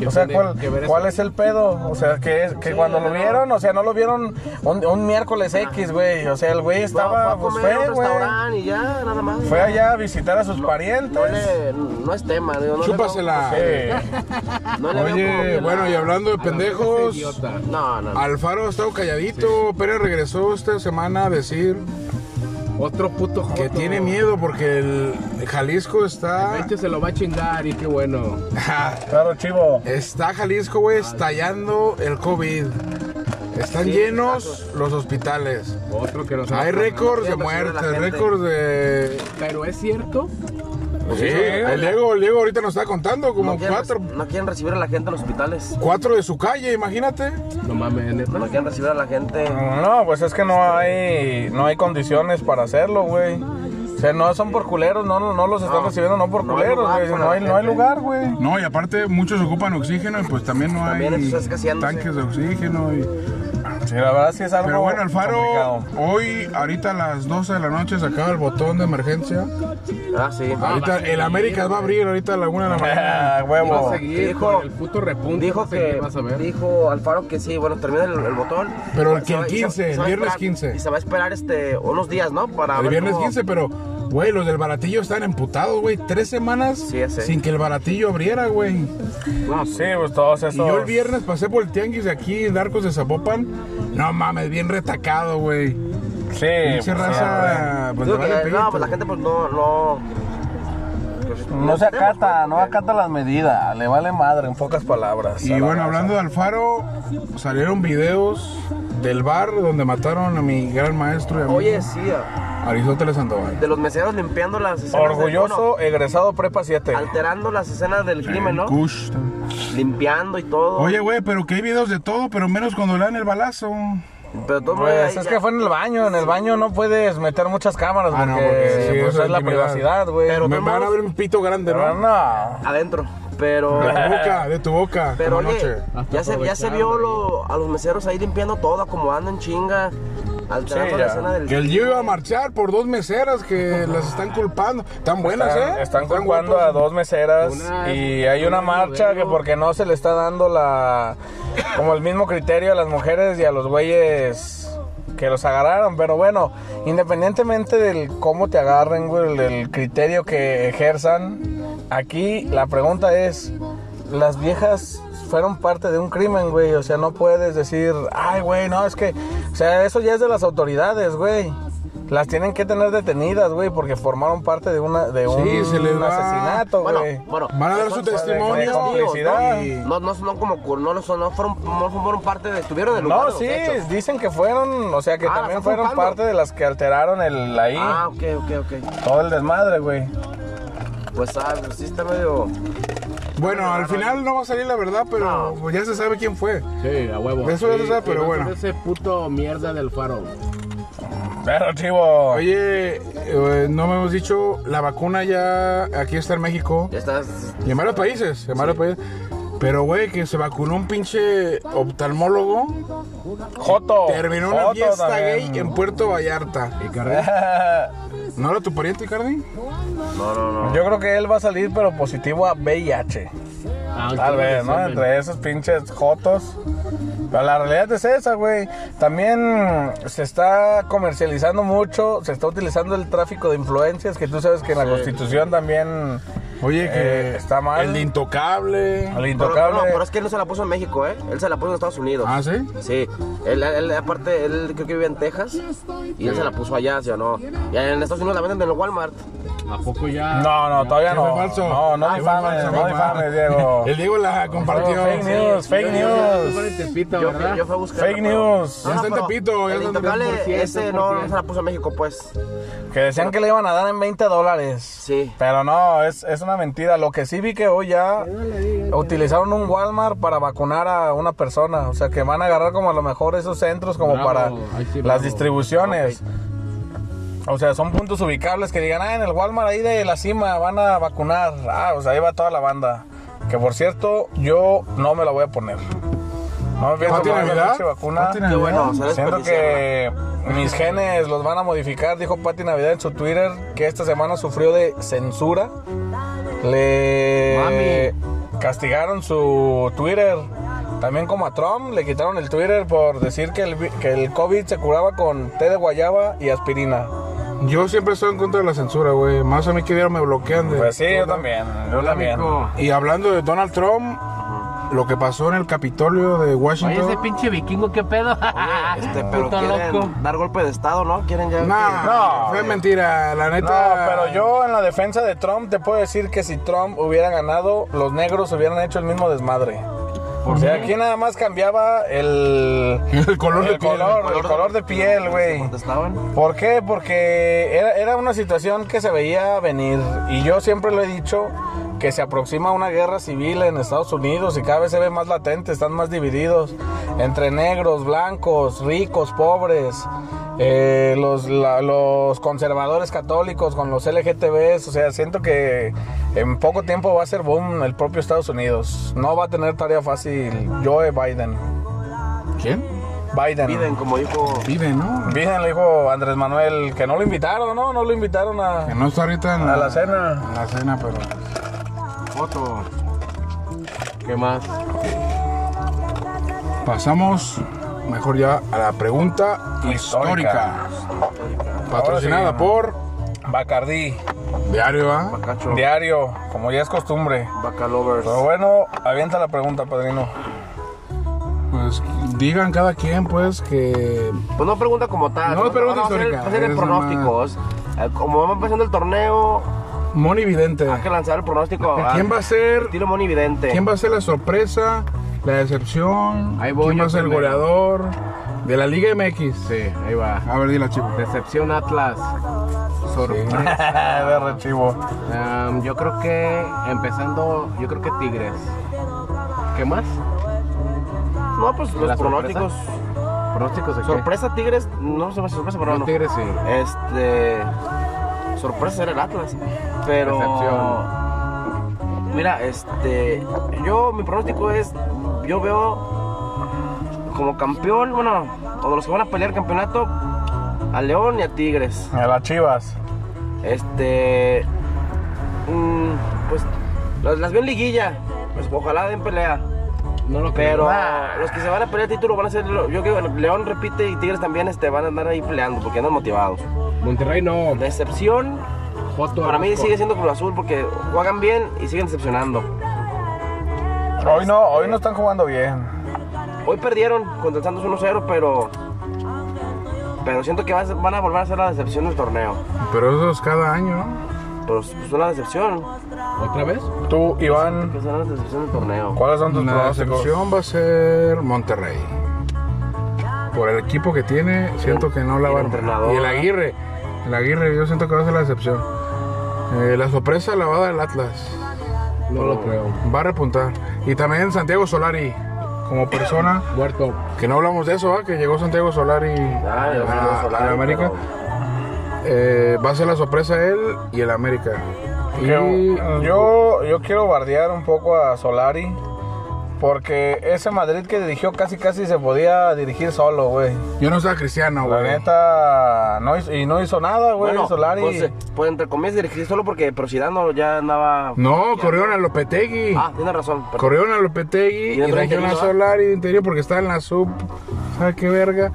S4: O sea,
S6: pendejo,
S4: ¿cuál,
S6: que ver eso.
S4: cuál es el pedo? O sea, que, es- que cuando lo vieron, o sea, no lo vieron un, un miércoles X, güey. O sea, el güey
S3: fue a- fue
S4: estaba,
S3: a
S4: pues
S3: comer a
S4: fue,
S3: un
S4: güey.
S3: restaurante y ya, nada más.
S4: Fue allá a visitar a sus parientes.
S3: No, le- no es tema, digo, no le-
S5: chúpasela.
S4: Sí.
S3: no le veo como
S5: Oye,
S3: que
S5: bueno,
S3: la-
S5: y hablando de pendejos,
S6: Idiota.
S3: No, no.
S5: Alfaro ha estado calladito. Pérez regresó esta semana a decir
S6: Otro puto Joto.
S5: que tiene miedo porque el Jalisco está.
S6: Este se lo va a chingar y qué bueno.
S4: Claro, chivo.
S5: Está Jalisco, güey, estallando el COVID. Están llenos los hospitales.
S6: Otro que nos
S5: Hay récords de
S3: siempre sube la
S5: muertes,
S3: gente.
S5: récords de.
S6: Pero es cierto.
S5: Sí, el Diego, el Diego ahorita nos está contando
S3: No
S5: como
S3: quieren,
S5: cuatro,
S3: no quieren recibir a la gente en los hospitales.
S5: cuatro de su calle, imagínate.
S6: No mames, neta.
S3: No quieren recibir a la gente.
S4: No, pues es que no hay, no hay condiciones para hacerlo, güey. O sea, no son por culeros, no, no, no los están
S3: No,
S4: recibiendo, no por
S3: no hay
S4: culeros,
S3: lugar
S4: güey.
S3: para
S4: No hay,
S3: la
S4: no hay
S3: gente.
S4: lugar, güey.
S5: No, y aparte muchos ocupan oxígeno y pues también no
S3: También
S5: hay
S3: está escaseándose.
S5: tanques de oxígeno. y-
S4: Sí, la verdad sí es algo
S5: Pero bueno, Alfaro,
S4: complicado.
S5: hoy, ahorita a las 12 de la noche, sacaba el botón de emergencia.
S3: Ah, sí.
S5: Ahorita el América va a abrir ahorita a la 1 de la
S4: (laughs)
S5: mañana.
S4: (laughs) Ah, huevo.
S6: Va a seguir
S3: Dijo-
S6: con el puto repunte.
S3: Dijo
S6: vas a seguir,
S3: que
S6: vas a ver.
S3: dijo Alfaro que sí, bueno, termina el, el botón.
S5: Pero el
S3: Se
S5: que el
S3: va- y se-
S5: 15,
S3: se
S5: el
S3: va a
S5: viernes
S3: esperar-
S5: 15.
S3: Y se va a esperar este unos días, ¿no? Para
S5: El
S3: ver
S5: viernes
S3: cómo-
S5: 15, pero, güey, los del baratillo están emputados, güey. Tres semanas
S3: Sí, ya sé.
S5: sin que el baratillo abriera, güey.
S4: Sí, pues todos esos.
S5: Y yo el viernes pasé por el tianguis de aquí, en Arcos de Zapopan. No mames, bien retacado, güey.
S4: Sí.
S5: Pinche
S4: pues,
S5: raza, pues le
S3: ah, Digo que,
S5: vale pito,
S3: no, pues la gente pues no, no. pues,
S4: No se
S3: tenemos,
S4: acata,
S3: pues,
S4: no
S3: porque-
S4: acata las medidas. Le vale madre, en pocas palabras.
S5: Y bueno, hablando de Alfaro, salieron videos del bar donde mataron a mi gran maestro y amigo,
S3: Oye, sí, ah,
S5: Aristóteles Sandoval.
S3: de los meseros limpiando las escenas. del-
S4: Orgulloso, egresado prepa 7.
S3: bueno, alterando las escenas del crimen, ¿no?
S5: Kush también.
S3: Limpiando y todo.
S5: Oye, güey, pero que hay videos de todo, pero menos cuando le dan el balazo.
S3: pero todo
S4: Pues es que fue en el baño, en el baño no puedes meter muchas cámaras
S5: Ah,
S4: porque,
S5: no, porque sí,
S4: pues,
S5: eso
S4: es la
S5: intimidad.
S4: privacidad, güey.
S5: Me van a ver un pito grande,
S4: Pero
S5: ¿no?
S4: no.
S3: adentro.
S5: (laughs)
S3: Pero.
S5: De tu boca, de tu boca.
S3: Pero
S5: como
S3: oye,
S5: anoche.
S3: ya se, ya se vio lo- a los meseros ahí limpiando todo, acomodando en chinga, alterando la escena del...
S5: Que el Gio iba a marchar por dos meseras
S4: (laughs)
S5: que las están culpando. Tan buenas,
S4: Están,
S5: ¿eh?
S4: están culpando a dos meseras
S1: Una-
S4: y hay una marcha que porque no se le está dando la como el mismo criterio a las mujeres y a los güeyes que los agarraron, pero bueno, independientemente del cómo te agarren, güey, el, el criterio que ejerzan, aquí la pregunta es, las viejas fueron parte de un crimen, güey, o sea, no puedes decir, ay, güey, no, es que, o sea, eso ya es de las autoridades, güey. Las tienen que tener detenidas, güey, porque formaron parte de una de un,
S5: se les va.
S4: asesinato,
S3: Bueno,
S4: güey.
S3: bueno.
S5: Van a dar su
S3: son- son-
S5: testimonio.
S3: son testigos,
S4: complicidad.
S3: No, no, no, no como cu- no, lo son, no fueron, no fueron parte de, estuvieron en el lugar.
S4: No,
S3: de los
S4: sí,
S3: hechos.
S4: dicen que fueron, o sea, que
S3: Ah, la
S4: también
S3: están
S4: fueron
S3: culpando.
S4: parte de las que alteraron el ahí,
S3: Ah, ok, ok, ok.
S4: todo el desmadre, güey.
S3: Pues ah, pues, sí está medio.
S5: Bueno, al final no va a salir la verdad, pero pues ya se sabe quién fue.
S6: Sí, a huevo.
S5: Eso ya se
S6: Sí,
S5: sabe, pero
S6: sí,
S5: bueno.
S6: no sé Ese puto mierda del faro.
S4: Pero chivo.
S5: Oye, eh, no me hemos dicho, la vacuna ya aquí está en México.
S3: Ya estás.
S5: Y en varios países, en varios países. Pero, güey, que se vacunó un pinche oftalmólogo.
S4: Joto.
S5: Terminó una
S4: Joto
S5: fiesta
S4: también.
S5: gay en Puerto Vallarta. ¿No era tu pariente, Cardi?
S4: (laughs) Yo creo que él va a salir, pero positivo a VIH. Tal vez, ¿no? Entre esos pinches jotos. Pero la realidad es esa, güey. También se está comercializando mucho, se está utilizando el tráfico de influencias, que tú sabes que en la Constitución también
S5: Oye, que
S4: Eh, está mal.
S5: El de intocable.
S4: al
S3: Pero,
S4: intocable.
S3: no, pero es que él no se la puso en México, ¿eh? Él se la puso en Estados Unidos.
S5: Ah, ¿sí?
S3: Sí, él, él- aparte, él creo que vive en Texas y él se la puso allá, ¿sí o no? Y en Estados Unidos la venden en el Walmart.
S6: ¿A poco ya?
S4: No, no, todavía
S5: Ese fue
S4: no.
S5: falso.
S4: No, no
S5: Ese fue
S4: difames,
S5: falso,
S4: no
S5: mamá.
S4: difames, Diego.
S5: El Diego la compartió.
S4: fake news, fake
S6: Fue en
S4: news.
S6: Tepito,
S3: Yo,
S6: ¿verdad?
S3: yo fui a buscar.
S4: Fake news.
S5: Ya está en Tepito, ya
S3: El
S5: está en
S3: intocable
S6: 3%,
S3: ese no, no se la puso en México, pues.
S4: Que decían que le iban a dar en 20 dólares.
S3: Sí.
S4: Pero no, es, es una mentira. Lo que sí vi que hoy ya utilizaron un Walmart para vacunar a una persona. O sea, que van a agarrar como a lo mejor esos centros como
S6: Bravo,
S4: para
S6: ahí sí,
S4: las
S6: bravo.
S4: distribuciones. O sea, son puntos ubicables que digan, ah, en el Walmart ahí de la cima van a vacunar. Ah, o sea, ahí va toda la banda. Que por cierto, yo no me la voy a poner. No me pienso
S5: ¿No tiene
S4: poner la
S5: Navidad?
S4: pinche vacuna.
S5: ¿No tiene
S3: Qué bueno,
S5: Navidad?
S3: se
S4: Siento
S3: desperdiciaron.
S4: que mis genes los van a modificar, dijo Pati Navidad en su Twitter, que esta semana sufrió de censura. Le castigaron su Twitter. También como a Trump, le quitaron el Twitter por decir que el, vi- que el COVID se curaba con té de guayaba y aspirina.
S5: Yo siempre estoy en contra de la censura, güey. Más a mí que vieron me bloquean. De...
S4: Pues sí, yo también, yo también.
S5: Y hablando de Donald Trump, lo que pasó en el Capitolio de
S6: Oye,
S5: Washington.
S6: ese pinche vikingo, ¿qué pedo?
S3: Este, pero
S6: Puto
S3: quieren
S6: loco.
S3: dar golpe de estado, ¿no? Quieren ya.
S5: Ah. Nah,
S4: No,
S5: fue
S4: güey.
S5: mentira, la
S4: No,
S5: neta.
S4: pero yo en la defensa de Trump te puedo decir que si Trump hubiera ganado, los negros hubieran hecho el mismo desmadre. O sea, aquí nada más cambiaba el,
S5: (laughs) El color de
S4: el
S5: piel.
S4: color, el color de piel, güey.
S3: Contestaban.
S4: ¿Por qué? Porque era, era una situación que se veía venir. Y yo siempre lo he dicho, que se aproxima una guerra civil en Estados Unidos y cada vez se ve más latente, están más divididos entre negros, blancos, ricos, pobres, eh, los, la- los conservadores católicos con los LGTBs. O sea, siento que en poco tiempo va a ser boom el propio Estados Unidos. No va a tener tarea fácil Joe Biden.
S5: ¿Quién?
S4: Biden.
S3: Piden, como dijo.
S5: Vive, ¿no?
S4: Bien, le dijo Andrés Manuel que no lo invitaron, ¿no? No lo invitaron
S5: Que
S4: a,
S5: no está ahorita en
S4: a la cena.
S5: en la cena, pero.
S3: Foto.
S6: ¿Qué más?
S5: Pasamos mejor ya a la pregunta histórica.
S4: Histórica.
S5: Patrocinada
S4: Ahora sí.
S5: por
S4: Bacardí,
S5: Diario A.
S3: Bacacho.
S4: diario, como ya es costumbre.
S3: Bacalovers.
S4: Pero bueno, avienta la pregunta,
S3: (laughs)
S4: padrino.
S5: Pues digan cada quien, pues, que.
S3: Pues no pregunta como tal.
S6: Ah,
S5: No es pregunta
S3: va a ser-
S5: histórica,
S3: Va a ser de
S5: es
S3: pronósticos. Eh, Como va empezando el torneo,
S5: Moni Vidente.
S6: Ah,
S3: hay que lanzar el pronóstico. ah,
S5: ¿Quién va a ser?
S3: Tiro monividente.
S5: ¿Quién va a ser la sorpresa? La decepción.
S6: Ahí voy
S5: ¿Quién
S6: yo
S5: va a ser el
S6: primero.
S5: goleador? De la Liga MX.
S6: Sí, ahí va.
S5: A ver, dila, chico.
S6: Decepción Atlas. Sorpresa.
S4: de rechivo.
S6: Em, yo creo que empezando, yo creo que Tigres. ¿Qué más?
S3: No, pues los
S6: ¿La
S3: pronósticos.
S6: Pronósticos de qué?
S3: Sorpresa Tigres, no se me hace sorpresa, pero
S6: No,
S3: no.
S6: Tigres sí.
S3: Este. Sorpresa era el Atlas. Pero.
S6: Decepción.
S3: Mira, este. Yo, mi pronóstico es. Yo veo. Como campeón, bueno, o de los que van a pelear el campeonato. A León y a Tigres.
S4: A las chivas.
S3: Este. mm, pues. Las, las veo en liguilla. Pues ojalá den pelea.
S6: No Ah. lo
S3: Pero los que se van a pelear título van a ser. lo- Yo creo que León repite y Tigres también este, van a andar ahí peleando porque andan motivados.
S6: Monterrey no.
S3: La excepción
S6: Joto,
S3: para mí
S6: Orozco.
S3: sigue siendo Cruz Azul porque juegan bien y siguen decepcionando.
S4: Hoy no, hoy no están jugando bien.
S3: Hoy perdieron contra el Santos 1-0, pero. Pero siento que va a ser- van a volver a ser la decepción del torneo.
S5: Pero eso es cada año, ¿no?
S3: Pero es es una decepción.
S6: ¿Otra vez?
S4: Tú, Iván,
S3: Que será la decepción del torneo.
S4: ¿cuáles son tus
S5: La
S4: pronósticos?
S5: decepción va a ser Monterrey. Por el equipo que tiene, siento que no la
S3: Y el
S5: va a
S3: entrenador.
S5: armar. Y el Aguirre, el Aguirre, yo siento que va a ser la decepción. Eh, la sorpresa la va a dar el Atlas.
S6: No lo creo.
S5: Va a repuntar. Y también Santiago Solari, como persona,
S6: Muerto.
S5: que no hablamos de eso, ¿ah? que llegó Santiago Solari
S3: Ah, yo soy
S5: a,
S3: de Solari,
S5: a la América. Eh, va a ser la sorpresa él y el América. Y
S4: Yo, yo, yo quiero bardear un poco a Solari. Porque ese Madrid que dirigió casi casi se podía dirigir solo, güey.
S5: yo no estaba cristiano,
S4: La
S5: güey.
S4: neta, no hizo- y no hizo nada, güey,
S3: Bueno,
S4: Solari.
S3: Pues, eh, pues, entre comillas dirigir solo porque pero Zidane ya andaba.
S5: No, corrieron a Lopetegui.
S6: Mm.
S3: Ah, tienes razón. perdón.
S5: Corrieron a Lopetegui
S3: Y
S5: y
S3: entró
S5: trajeron a
S3: interino, ¿ah?
S5: Solari de interior porque estaba en la sub. ¿Sabes qué verga?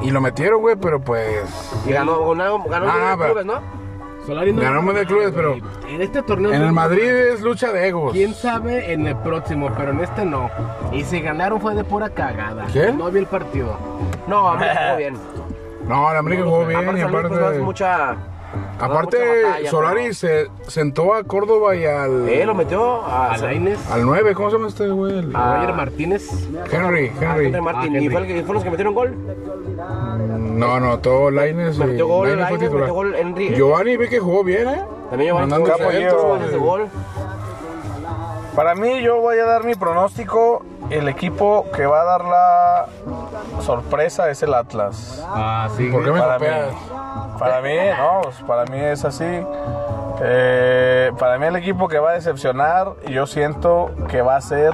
S5: Y lo metieron, güey, pero pues.
S3: Y ganó, ganó, ganó
S5: Ah,
S3: el
S5: pero-
S3: clubes, ¿no?
S6: Solari no.
S5: Ganó Mundial de Clubes, pero-
S6: En este torneo.
S5: En el Madrid es lucha de egos.
S6: Quién sabe en el próximo, pero en este no. Y si ganaron fue de pura cagada.
S5: ¿Qué?
S6: No vi el partido.
S3: No,
S5: (laughs)
S3: a mí jugó bien.
S5: No, el América jugó bien
S3: aparte,
S5: y
S3: San Luis, pues, no
S5: aparte.
S3: hace mucha.
S5: aparte,
S3: mucha batalla,
S5: Solari
S3: pero-
S5: se sentó a Córdoba y al.
S3: Eh, lo metió a.
S6: A Lainez,
S5: Al 9, ¿cómo se llama este güey? El-
S3: Ah.
S6: Roger Martínez.
S5: Henry,
S3: a
S5: Henry.
S3: Henry Martin. y
S6: Ah, Henry.
S3: fue, el que- y fue los que metieron gol.
S5: No, no, todo Laines.
S3: Metió gol, Lainez,
S5: fue titular.
S3: metió gol, Henry.
S5: Giovanni vi que jugó bien, ¿eh?
S3: También llevaron
S5: Mandando
S3: muchos
S5: centros,
S3: goles de
S5: güey.
S3: gol.
S4: Para mí, yo voy a dar mi pronóstico. El equipo que va a dar la sorpresa es el Atlas.
S6: Ah, sí.
S5: ¿Por qué me
S4: Para mí,
S5: copias?
S4: para mí, no, pues, para mí es así. Eh, para mí el equipo que va a decepcionar, yo siento que va a ser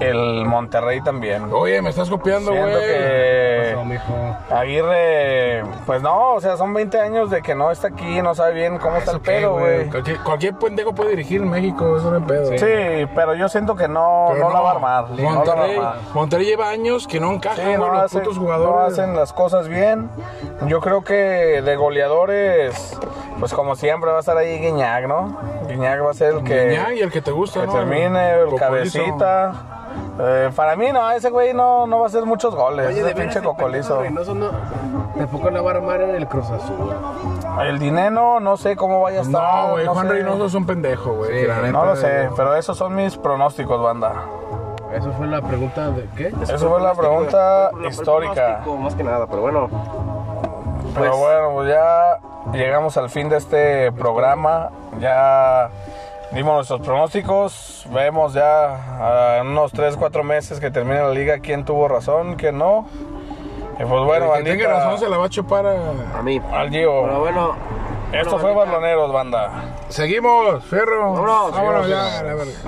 S4: el Monterrey también.
S5: Oye, me estás copiando,
S4: Siento
S5: Oh, güey.
S4: que
S6: No, mijo.
S4: Aguirre, pues no, o sea, son 20 años de que no está aquí, no sabe bien cómo está el
S5: Ok,
S4: pedo, güey.
S5: Cualquier, cualquier pendejo puede dirigir en México, eso no es pedo.
S4: Sí, pero yo siento que no,
S5: Pero
S4: no la va a armar. no la va a
S5: Monterrey,
S4: armar.
S5: Monterrey lleva años que no
S4: Sí,
S5: encajan güey,
S4: no
S5: los
S4: hacen,
S5: Ah, putos
S4: no
S5: jugadores.
S4: hacen las cosas bien. Yo creo que de goleadores, pues como siempre va a estar ahí Guiñac, ¿no? Guiñac va a ser el que,
S5: Guiñac y el que te gusta,
S4: que
S5: ¿no?
S4: termine, el
S5: Populizo.
S4: cabecita. Eh, para mí no, ese güey no, no va a hacer muchos goles,
S6: Oye, de
S4: ese
S6: veras,
S4: pinche
S6: el
S4: cocolizo.
S6: Fernando Reynoso no- Tampoco la va a armar en el Cruz Azul.
S4: El dinero no sé cómo vaya a estar.
S5: No, güey, Juan
S4: sé.
S5: Reynoso es un pendejo, güey. la neta.
S4: No lo sé, pero esos son mis pronósticos, banda.
S6: Eso fue la pregunta de qué?
S4: Esa fue la
S3: pues, Por la-
S4: pregunta
S3: por el
S4: histórica.
S3: pronóstico, Más que nada, pero bueno.
S4: Pero bueno, pues ya llegamos al fin de este programa. Ya dimos nuestros pronósticos. Vemos ya ah, en unos 3, 4 meses que termine la liga quién tuvo razón, quién no. Y pues bueno,
S5: el que tenga
S4: bandita,
S5: razón se la va a chupar a-
S3: A mí.
S4: al Gio.
S3: Pero bueno.
S4: Esto fue
S3: bandita.
S4: Barloneros, banda.
S5: Seguimos, Ferro.
S3: Vámonos.
S5: Vámonos
S3: Seguimos,
S5: ya, la verga.